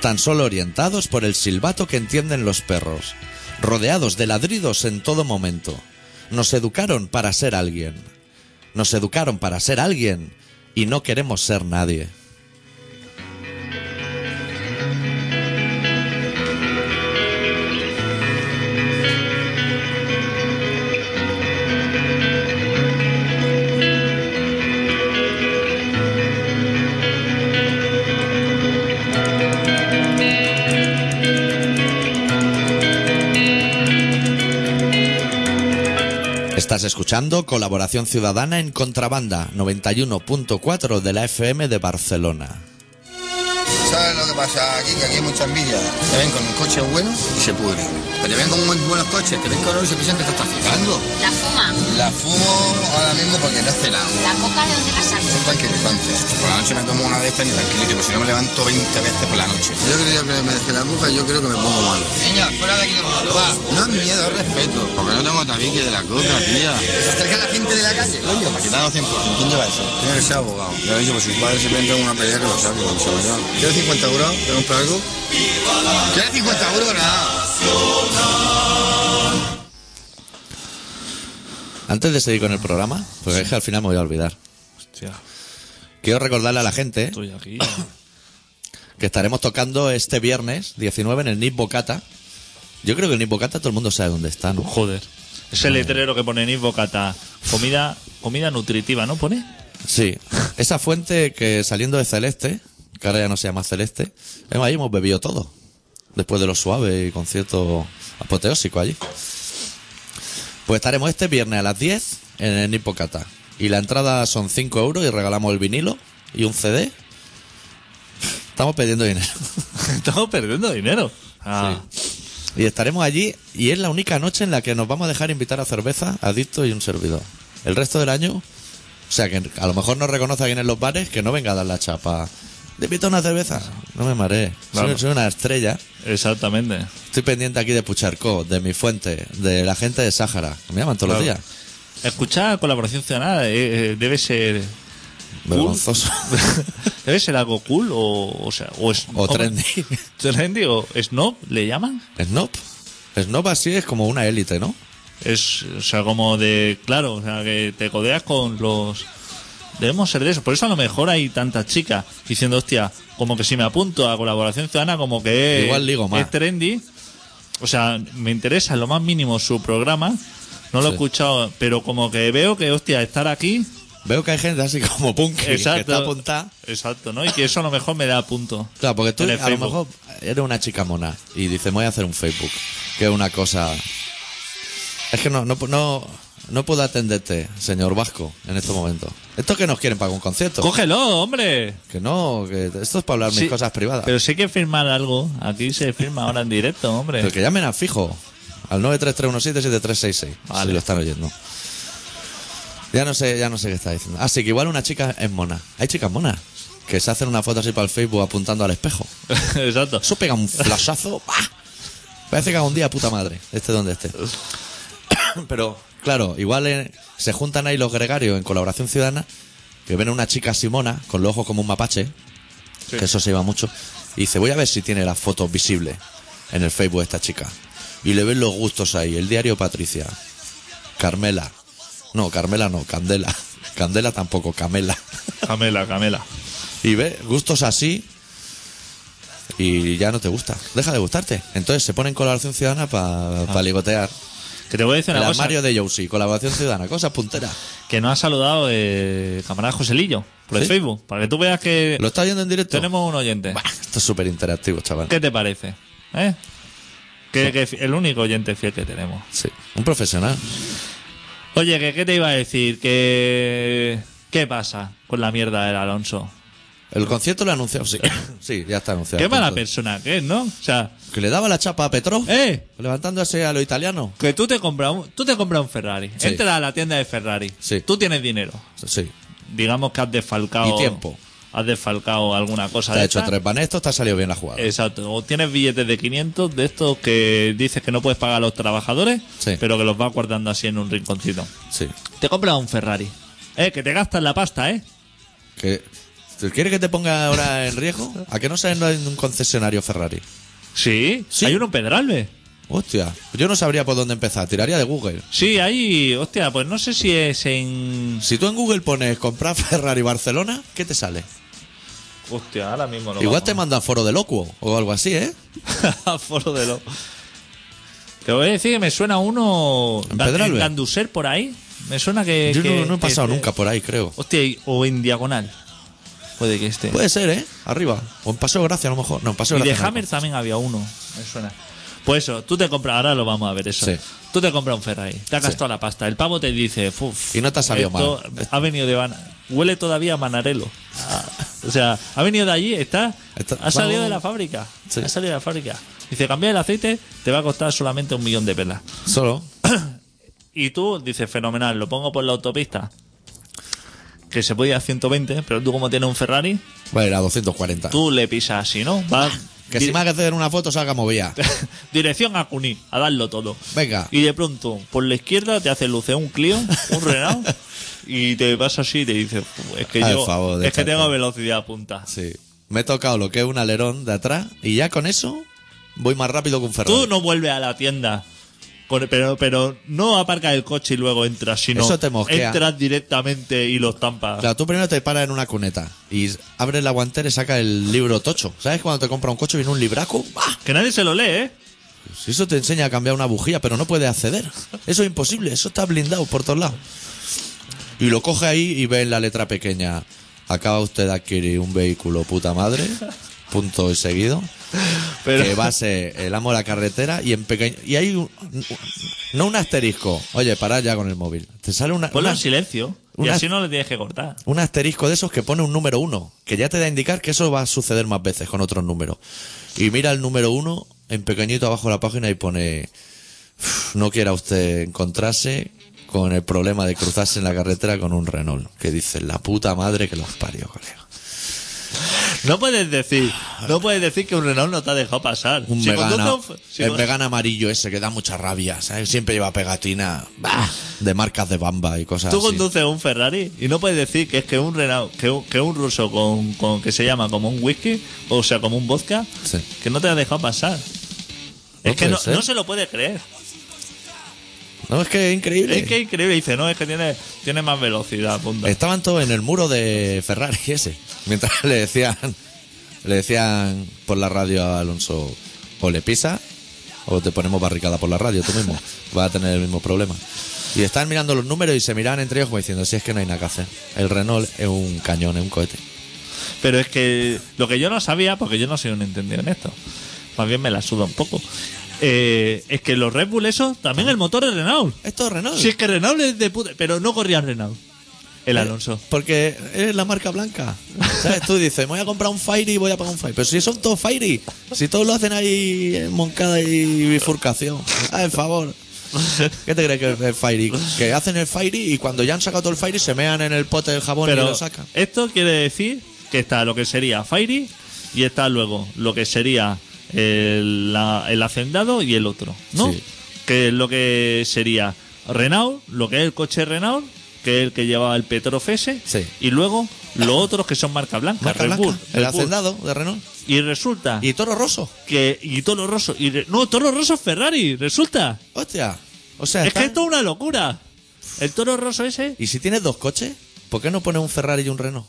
tan solo orientados por el silbato que entienden los perros, rodeados de ladridos en todo momento. Nos educaron para ser alguien. Nos educaron para ser alguien y no queremos ser nadie. Estás escuchando Colaboración Ciudadana en Contrabanda 91.4 de la FM de Barcelona. ¿Sabes lo que pasa aquí? Que aquí hay mucha envidia. Te ven con coches buenos y se pudren. Pero te ven con buen- buenos coches, te ven con oro y se piensan que te estás fijando. La fuma. La fumo ahora mismo porque no hace nada. La coca de donde la saco. Un tranquilizante. Por la noche me tomo una de estas y tranquilito, pues si no me levanto 20 veces por la noche. Yo creo que me dejé la coca y yo creo que me pongo mal. Niña, fuera de aquí de va. No es miedo, es respeto. Porque no tengo tabique de la coca, tía. Se acerca la gente de la calle, coño. Para quitarnos tiempo. ¿Quién lleva eso? Tiene que ser abogado. Yo he dicho, pues si padre se entra en una pelea que lo sabe, con seguridad. ¿Quieres 50 euros? ¿Te compras algo? ¿Quieres 50 euros? Nada. Antes de seguir con el programa, porque es que al final me voy a olvidar, Hostia, quiero recordarle a la gente estoy aquí. que estaremos tocando este viernes 19 en el NIP Bocata. Yo creo que el NIP Bocata todo el mundo sabe dónde está, ¿no? Joder. Ese letrero que pone en Bocata. Comida, comida nutritiva, ¿no pone? Sí, esa fuente que saliendo de Celeste, que ahora ya no se llama Celeste, hemos- ahí hemos bebido todo. Después de lo suave y concierto apoteósico allí. Pues estaremos este viernes a las 10 en el Nipocata. Y la entrada son 5 euros y regalamos el vinilo y un CD. Estamos perdiendo dinero. Estamos perdiendo dinero. Ah, Y estaremos allí y es la única noche en la que nos vamos a dejar invitar a cerveza, adicto y un servidor. El resto del año, o sea que a lo mejor nos reconoce alguien en los bares que no venga a dar la chapa. Te invito a una cerveza. No me mareé. Soy- Claro. Soy, una estrella. Exactamente. Estoy pendiente aquí de Pucharcó, de mi fuente, de la gente de Sáhara. que Me llaman todos los Claro. días. Escuchar colaboración ciudadana eh, eh, debe ser. Vergonzoso. debe ser algo cool o. O, sea, o, es- O ¿cómo? trendy. Trendy o snob, ¿le llaman? Snob. Snob así es como una élite, ¿no? Es, o sea, como de, claro, o sea, que te codeas con los... Debemos ser de eso. Por eso a lo mejor hay tantas chicas diciendo, hostia, como que si me apunto a colaboración ciudadana, como que es- Igual ligo más. es trendy. O sea, me interesa en lo más mínimo su programa. No lo he Sí. escuchado, pero como que veo que, hostia, estar aquí... Veo que hay gente así como punk que está apuntada. Exacto, ¿no? Y que eso a lo mejor me da punto. Claro, porque tú En el a lo Facebook. mejor eres una chica mona y dices, "Me voy a hacer un Facebook, que es una cosa... Es que no, no, no, no puedo atenderte, señor Vasco, en estos momentos. Esto que nos quieren para un concierto. ¡Cógelo, hombre! Que no, que esto es para hablar Sí, mis cosas privadas. Pero eh. sí hay que firmar algo. Aquí se firma ahora en directo, hombre. Pero que llamen al fijo, al 933177366, Vale. si lo están oyendo. Ya no sé, ya no sé qué está diciendo. Así que igual una chica es mona. Hay chicas monas que se hacen una foto así para el Facebook apuntando al espejo. Exacto. Eso pega un flashazo. ¡buah! Parece que haga un día puta madre, este donde esté. Pero, claro, igual eh, se juntan ahí los gregarios en colaboración ciudadana, que ven a una chica simona, con los ojos como un mapache, Sí. que eso se iba mucho, y dice, voy a ver si tiene las fotos visibles en el Facebook de esta chica. Y le ven los gustos ahí, el diario Patricia, Carmela, No, Carmela no, Candela. Candela tampoco, Camela. Camela, Camela. Y ve, gustos así y ya no te gusta. Deja de gustarte. Entonces se pone en colaboración ciudadana para ligotear. Que te voy a decir El Ah. una cosa. armario de Yosi, colaboración ciudadana, cosa puntera. Que nos ha saludado eh, camarada Joselillo por el ¿Sí? Facebook. Para que tú veas que ¿Lo estás viendo en directo? tenemos un oyente. Bah, esto es súper interactivo, chaval. ¿Qué te parece? ¿Eh? Que, que el único oyente fiel que tenemos. Sí, un profesional. Oye, que ¿qué te iba a decir? Que... ¿Qué pasa con la mierda del Alonso? El concierto lo ha anunciado, sí. Sí, ya está anunciado. Qué mala Punto. persona que es, ¿no? O sea, Que le daba la chapa a Petro. ¡eh! Levantándose a lo italiano. Que tú te compras un, tú te compras un Ferrari. Sí. Entras a la tienda de Ferrari. Sí. Tú tienes dinero. Sí. Digamos que has desfalcado. Y tiempo. Has desfalcado alguna cosa Te ha de hecho estas. tres banestos, te ha salido bien la Eh. jugada. Exacto. O tienes billetes de 500 de estos que dices que no puedes pagar a los trabajadores, Sí. pero que los vas guardando así en un rinconcito. Sí. Te compras un Ferrari. Eh, que te gastas la pasta, ¿eh? Que, ¿Quieres que te ponga ahora en riesgo? ¿A que no salen en un concesionario Ferrari? Sí. Sí. Hay uno en Pedralbes. Hostia, yo no sabría por dónde empezar. Tiraría de Google. Sí, ahí, hostia, pues no sé si es en... Si tú en Google pones comprar Ferrari Barcelona, ¿qué te sale? Hostia, ahora mismo no. Igual te mandan foro de locuo o algo así, ¿eh? te Foro de lo... Te voy a decir que me suena uno... En Ga- Pedralbes. Ganduser por ahí. Me suena que... Yo Eh, que- no, no he que- pasado que- nunca por ahí, creo. Hostia, y- o en diagonal. Puede que esté. Puede ser, ¿eh? Arriba. O en Paseo Gracia, a lo mejor. No, en Paseo Y de Gracia. no. Hammer también había uno, me suena. Pues eso, tú te compras, ahora lo vamos a ver eso. Sí. Tú te compras un Ferrari, te has Sí. gastado la pasta. El pavo te dice, "Fuf, Y no te ha sabido esto Ha venido de Van- Huele todavía a Manarelo. o sea, ha venido de allí, está. Está- ha salido vamos. de la fábrica. Sí. Ha salido de la fábrica. Dice, cambiar el aceite te va a costar solamente un millón de pelas. Solo. Y tú dices, fenomenal, lo pongo por la autopista. Que se puede ir a 120, pero tú como tienes un Ferrari, Vale, era 240. tú le pisas así, ¿no? Vas Que di- si me hagas hacer una foto, salga movida. Dirección a Cuní, a darlo todo. Venga. Y de pronto, por la izquierda te hace luce un Clio, un Renault, y te vas así y te dice, es que Al yo, favor, es que déjate. tengo velocidad punta. Sí. Me he tocado lo que es un alerón de atrás y ya con eso voy más rápido que un Ferrari. Tú no vuelves a la tienda, con- pero, pero no aparcas el coche y luego entras, sino Eso te mosquea. entras directamente y los tampas. Claro, tú primero te paras en una cuneta y abres la guantera y sacas el libro tocho. ¿Sabes cuando te compra un coche viene un libraco? ¡Bah! Que nadie se lo lee, ¿eh? Si Eso te enseña a cambiar una bujía, pero no puedes acceder. Eso es imposible, eso está blindado por todos lados. Y lo coge ahí y ve en la letra pequeña. Acaba usted de adquirir un vehículo puta madre, punto y seguido, Pero, que va a ser el amo de la carretera y en pequeño... Y hay un- no un asterisco. Oye, pará ya con el móvil. Te sale una... ponlo una- en silencio, y una- así no le tienes que cortar. un asterisco de esos que pone un número uno, que ya te da a indicar que eso va a suceder más veces con otros números. Y mira el número uno en pequeñito abajo de la página y pone, "Uf, no quiera usted encontrarse con el problema de cruzarse en la carretera con un Renault, que dice, la puta madre que los parió, colega. No puedes decir, no puedes decir que un Renault no te ha dejado pasar. Un Si vegana, conduce un- si el con- vegana amarillo ese que da mucha rabia, ¿sabes? Siempre lleva pegatina, bah, de marcas de bamba y cosas Tú así. conduces un Ferrari y no puedes decir que es que un Renault, que un, que un ruso con, con- que se llama como un whisky, o sea, como un vodka, Sí. que no te ha dejado pasar. No es que puede no, ser. no se lo puede creer. No, es que es increíble. Es que es increíble. Dice, no, es que tiene, tiene más velocidad, punta. Estaban todos en el muro de Ferrari ese. Mientras le decían, le decían por la radio a Alonso, o le pisa, o te ponemos barricada por la radio tú mismo. Vas a tener el mismo problema. Y estaban mirando los números y se miraban entre ellos como diciendo, si es que no hay nada que hacer. El Renault es un cañón, es un cohete. Pero es que lo que yo no sabía, porque yo no soy un entendido en esto, más bien me la suda un poco, eh, es que los Red Bull esos, también el motor es Renault. Esto es Renault. Si es que Renault es de puta... Pero no corría Renault, el Eh, Alonso. Porque es la marca blanca. ¿Sabes? Tú dices, me voy a comprar un Fairy y voy a pagar un Fairy. Pero si son todos Fairy, si todos lo hacen ahí en Moncada y bifurcación. Ah, en favor. ¿Qué te crees que es el Fairy? Que hacen el Fairy y cuando ya han sacado todo el Fairy se mean en el pote del jabón y Pero lo sacan. esto quiere decir que está lo que sería Fairy y está luego lo que sería el, la- el hacendado y el otro, ¿no? Sí. Que es lo que sería Renault, lo que es el coche Renault, que es el que llevaba el Petrof ese, Sí. y luego los otros que son marca blanca, Marca Red blanca, Bull, el Red Bull. hacendado de Renault. Y resulta Y Toro Rosso. que. Y Toro Rosso. Y, re- no, Toro Rosso es Ferrari, resulta. Hostia. O sea, es que están- esto es una locura. El toro roso ese, ¿Y si tienes dos coches? ¿Por qué no pones un Ferrari y un Renault?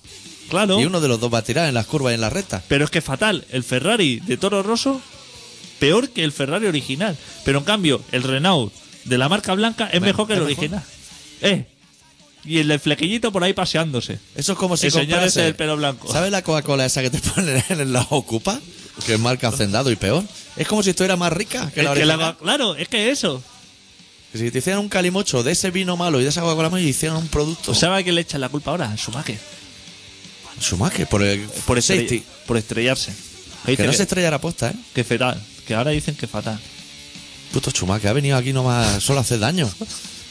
claro. Y uno de los dos va a tirar en las curvas y en las rectas. Pero es que fatal. El Ferrari de toro roso, peor que el Ferrari original. Pero en cambio, el Renault de la marca blanca es Me- mejor que es el mejor. original. Eh. Y el del flequillito por ahí paseándose. Eso es como si El señor comprase- ese del pelo blanco. ¿Sabes la Coca-Cola esa que te ponen en la Ocupa? Que es marca hacendado y peor. Es como si estuviera más rica que la Es Eh, que original. claro, es que eso. Que Si te hicieran un calimocho de ese vino malo y de esa Coca-Cola malo y hicieran un producto. ¿Sabes a quién le echan la culpa ahora? A Schumacher. Schumacher, por el Por, estrell- safety. por estrellarse. Que Dice no que- se estrella la posta, ¿eh? que fatal. Que ahora dicen que fatal. Puto Schumacher, ha venido aquí nomás solo a hacer daño.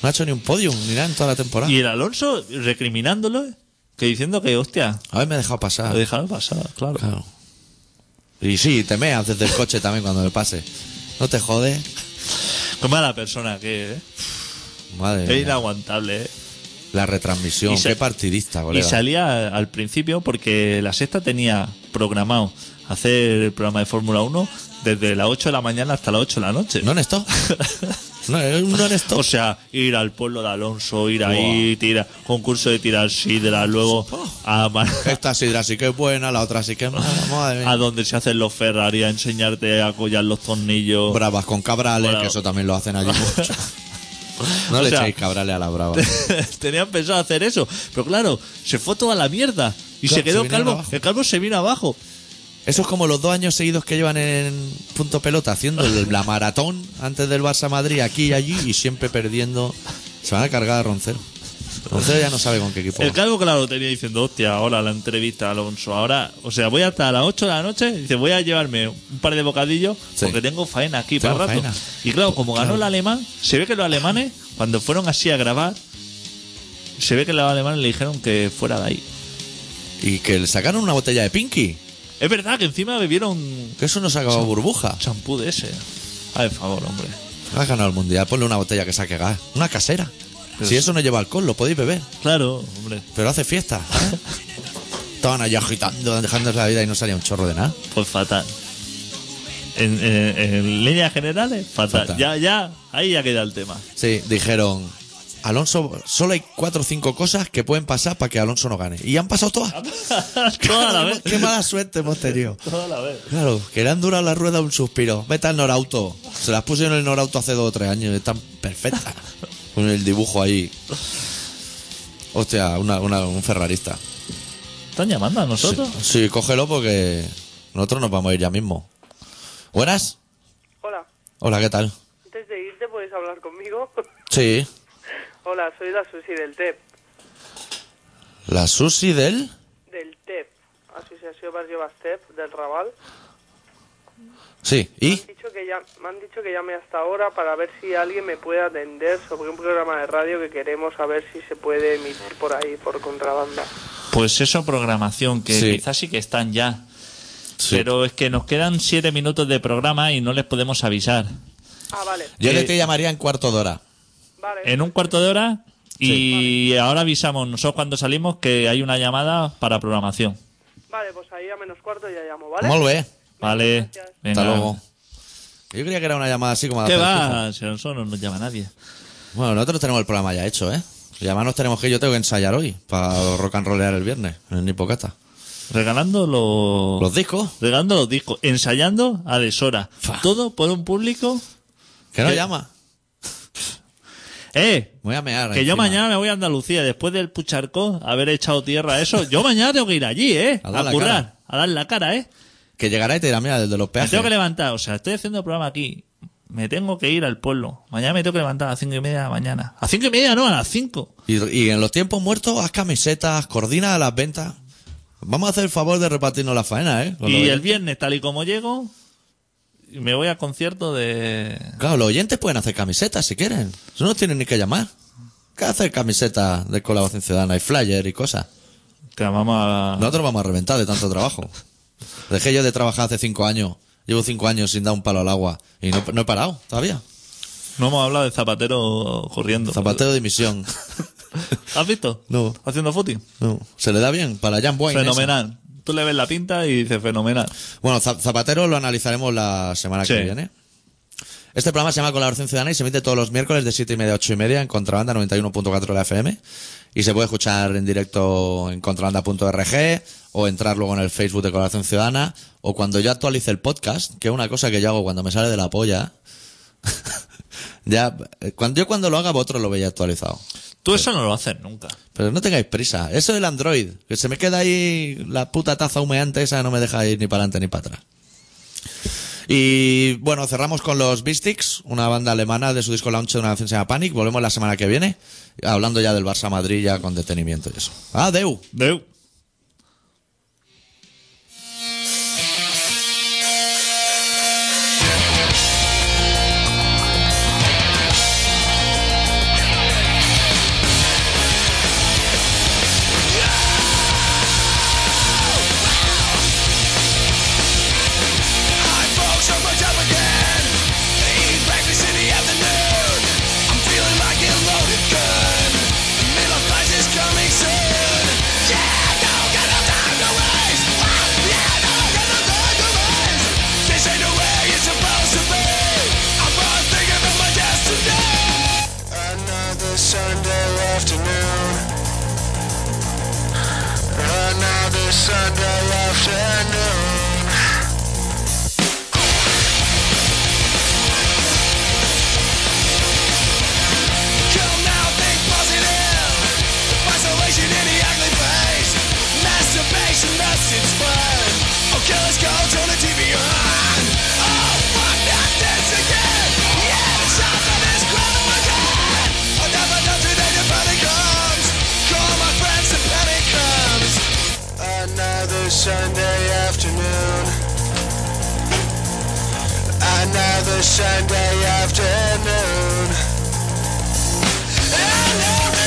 No ha hecho ni un podium, ni nada en toda la temporada. Y el Alonso recriminándolo, que diciendo que, hostia, A ver, me ha dejado pasar. lo dejaron pasar, claro. Claro. Y sí, te meas desde el coche también cuando le pase. No te jodes. Qué mala persona que es, ¿eh? Madre Es mía. inaguantable, ¿eh? La retransmisión, Y sa- qué partidista, Y colega. salía al principio porque la sexta tenía programado hacer el programa de Fórmula 1 desde las 8 de la mañana hasta las 8 de la noche. ¿No en esto? No, eh, es un non-stop. O sea, ir al pueblo de Alonso, ir ahí, tira, concurso de tirar sidra, luego a, Mar- Esta sidra sí que es buena, la otra sí que es mala. Madre a mía. donde se hacen los Ferrari, a enseñarte a collar los tornillos. Bravas con cabrales, Bravo. que eso también lo hacen allí mucho. No O le sea- echéis cabrales a la brava. Tenían pensado hacer eso, pero claro, se fue toda la mierda y Claro, se quedó se vinieron calvo. abajo. El calvo se vino abajo. Eso es como los dos años seguidos que llevan en punto pelota haciendo el- la maratón antes del Barça Madrid, aquí y allí, y siempre perdiendo. Se van a cargar a Roncero. Roncero ya no sabe con qué equipo. El va. calvo, claro, tenía diciendo, hostia, ahora la entrevista a Alonso, ahora, o sea, voy hasta las 8 de la noche, dice, voy a llevarme un par de bocadillos Sí. porque tengo faena aquí Tengo para rato. faena. Y claro, como ganó el alemán, se ve que los alemanes, cuando fueron así a grabar, se ve que los alemanes le dijeron que fuera de ahí. Y que le sacaron una botella de Pinky. Es verdad que encima bebieron Que eso no sacaba burbuja. champú de ese. A ver, favor, hombre. Has ganado el mundial, ponle una botella que saque gas. Una casera. Si eso no lleva alcohol, lo podéis beber. Claro, hombre. Pero hace fiesta. ¿eh? Estaban allá agitando, dejándose la vida y no salía un chorro de nada. Pues fatal. En, en- en líneas generales, fatal. Fatal. Ya, ya, ahí ya queda el tema. Sí, dijeron. Alonso, solo hay cuatro o cinco cosas que pueden pasar para que Alonso no gane. Y han pasado todas. Toda la vez. Qué mala suerte hemos tenido. Toda la vez. Claro, que le han durado la rueda un suspiro. Vete al Norauto. Se las puse en el Norauto hace dos o tres años. Están perfectas. Con el dibujo ahí. Hostia, una- una- un ferrarista. ¿Están llamando a Sí, nosotros? sí, cógelo porque nosotros nos vamos a ir ya mismo. Buenas. Hola, Hola, ¿qué tal? antes de irte puedes hablar conmigo. Sí. Hola, soy la Susi del E TEP. La Susi del... Del TEP, Asociación Barrio Bastep del Raval. Sí. ¿Y? Me han, dicho que ya, me han dicho que llame hasta ahora para ver si alguien me puede atender sobre un programa de radio que queremos saber si se puede emitir por ahí, por contrabanda. Pues eso, programación, que Sí. quizás sí que están ya. Sí. Pero es que nos quedan siete minutos de programa y no les podemos avisar. Ah, vale, Yo le Eh, te llamaría en cuarto de hora. vale. En un cuarto de hora y ahora avisamos nosotros cuando salimos que hay una llamada para programación. Vale, pues ahí a menos cuarto ya llamo, ¿vale? ¿Cómo lo ves? Vale. Gracias. Hasta Hasta venga. luego. Yo creía que era una llamada así como la ¿Qué apertura. va? Si Alonso no nos llama nadie. Bueno, nosotros tenemos el programa ya hecho, ¿eh? Y además nos tenemos que ir, yo tengo que ensayar hoy para rock and rollear el viernes en el Nipocata. Regalando los... Los discos, Regalando los discos. Ensayando a deshora. Fa. Todo por un público... que no ¿Qué? llama. ¡Eh! Me Voy a mear. Que yo encima. mañana me voy a Andalucía después del pucharcón, haber echado tierra a eso. Yo mañana tengo que ir allí, ¿eh? A A, dar la currar, cara. a dar la cara, ¿eh? Que llegará y te dirá, mira, desde los Me peajes. tengo que levantar, o sea, estoy haciendo el programa aquí. Me tengo que ir al pueblo. Mañana me tengo que levantar a las cinco y media de la mañana. A cinco y media no, a las cinco. Y, y en los tiempos muertos, haz camisetas, coordina las ventas. Vamos a hacer el favor de repartirnos la faena, ¿eh? Con los Y el oyentes. viernes, tal y como llego, me voy al concierto de... Claro, los oyentes pueden hacer camisetas si quieren. Eso no tienen ni que llamar. Que hacer camisetas de colaboración ciudadana y flyer y cosas. Que vamos a... Nosotros vamos a reventar de tanto trabajo. Dejé yo de trabajar hace cinco años. Llevo cinco años sin dar un palo al agua. Y no, no he parado todavía. No hemos hablado de Zapatero corriendo. Zapateo de misión. ¿Has visto? No. Haciendo footing. No. Se le da bien para Jan Boyne. Fenomenal. Tú le ves la pinta y dices fenomenal. esa. Bueno, Za- Zapatero lo analizaremos la semana Sí. que viene. Este programa se llama Colaboración Ciudadana y se emite todos los miércoles de 7 y media a 8 y media en Contrabanda 91.4 de la FM. Y se puede escuchar en directo en contrabanda.org o entrar luego en el Facebook de Colaboración Ciudadana o cuando yo actualice el podcast, que es una cosa que yo hago cuando me sale de la polla. ya, eh, cuando, yo cuando lo haga vosotros lo veis actualizado. Tú eso no lo haces nunca. Pero no tengáis prisa. Eso del Android, que se me queda ahí la puta taza humeante esa, no me deja ir ni para adelante ni para atrás. Y bueno, cerramos con los Beastics, una banda alemana de su disco launch de una canción que se llama Panic. Volvemos la semana que viene, hablando ya del Barça Madrid, ya con detenimiento y eso. Ah, Deu. Deu. I'm broke so much up again. Eating breakfast in the afternoon. I'm feeling like a loaded gun. The middle class is coming soon. Yeah, no, got no time to waste. Ah, yeah, no, got no time to waste. This ain't the way it's supposed to be. I'm gonna think about my destiny. Another Sunday afternoon. Another Sunday afternoon. Come now, think positive. Isolation in the ugly face. Masturbation, that's its fun. Okay, let's go, turn the TV on. Oh, fuck, not this again. Yeah, the sound of this crowd, oh my God. I'll never know today the panic comes. Call my friends, the panic comes. Another Sunday afternoon. Another Sunday afternoon. And every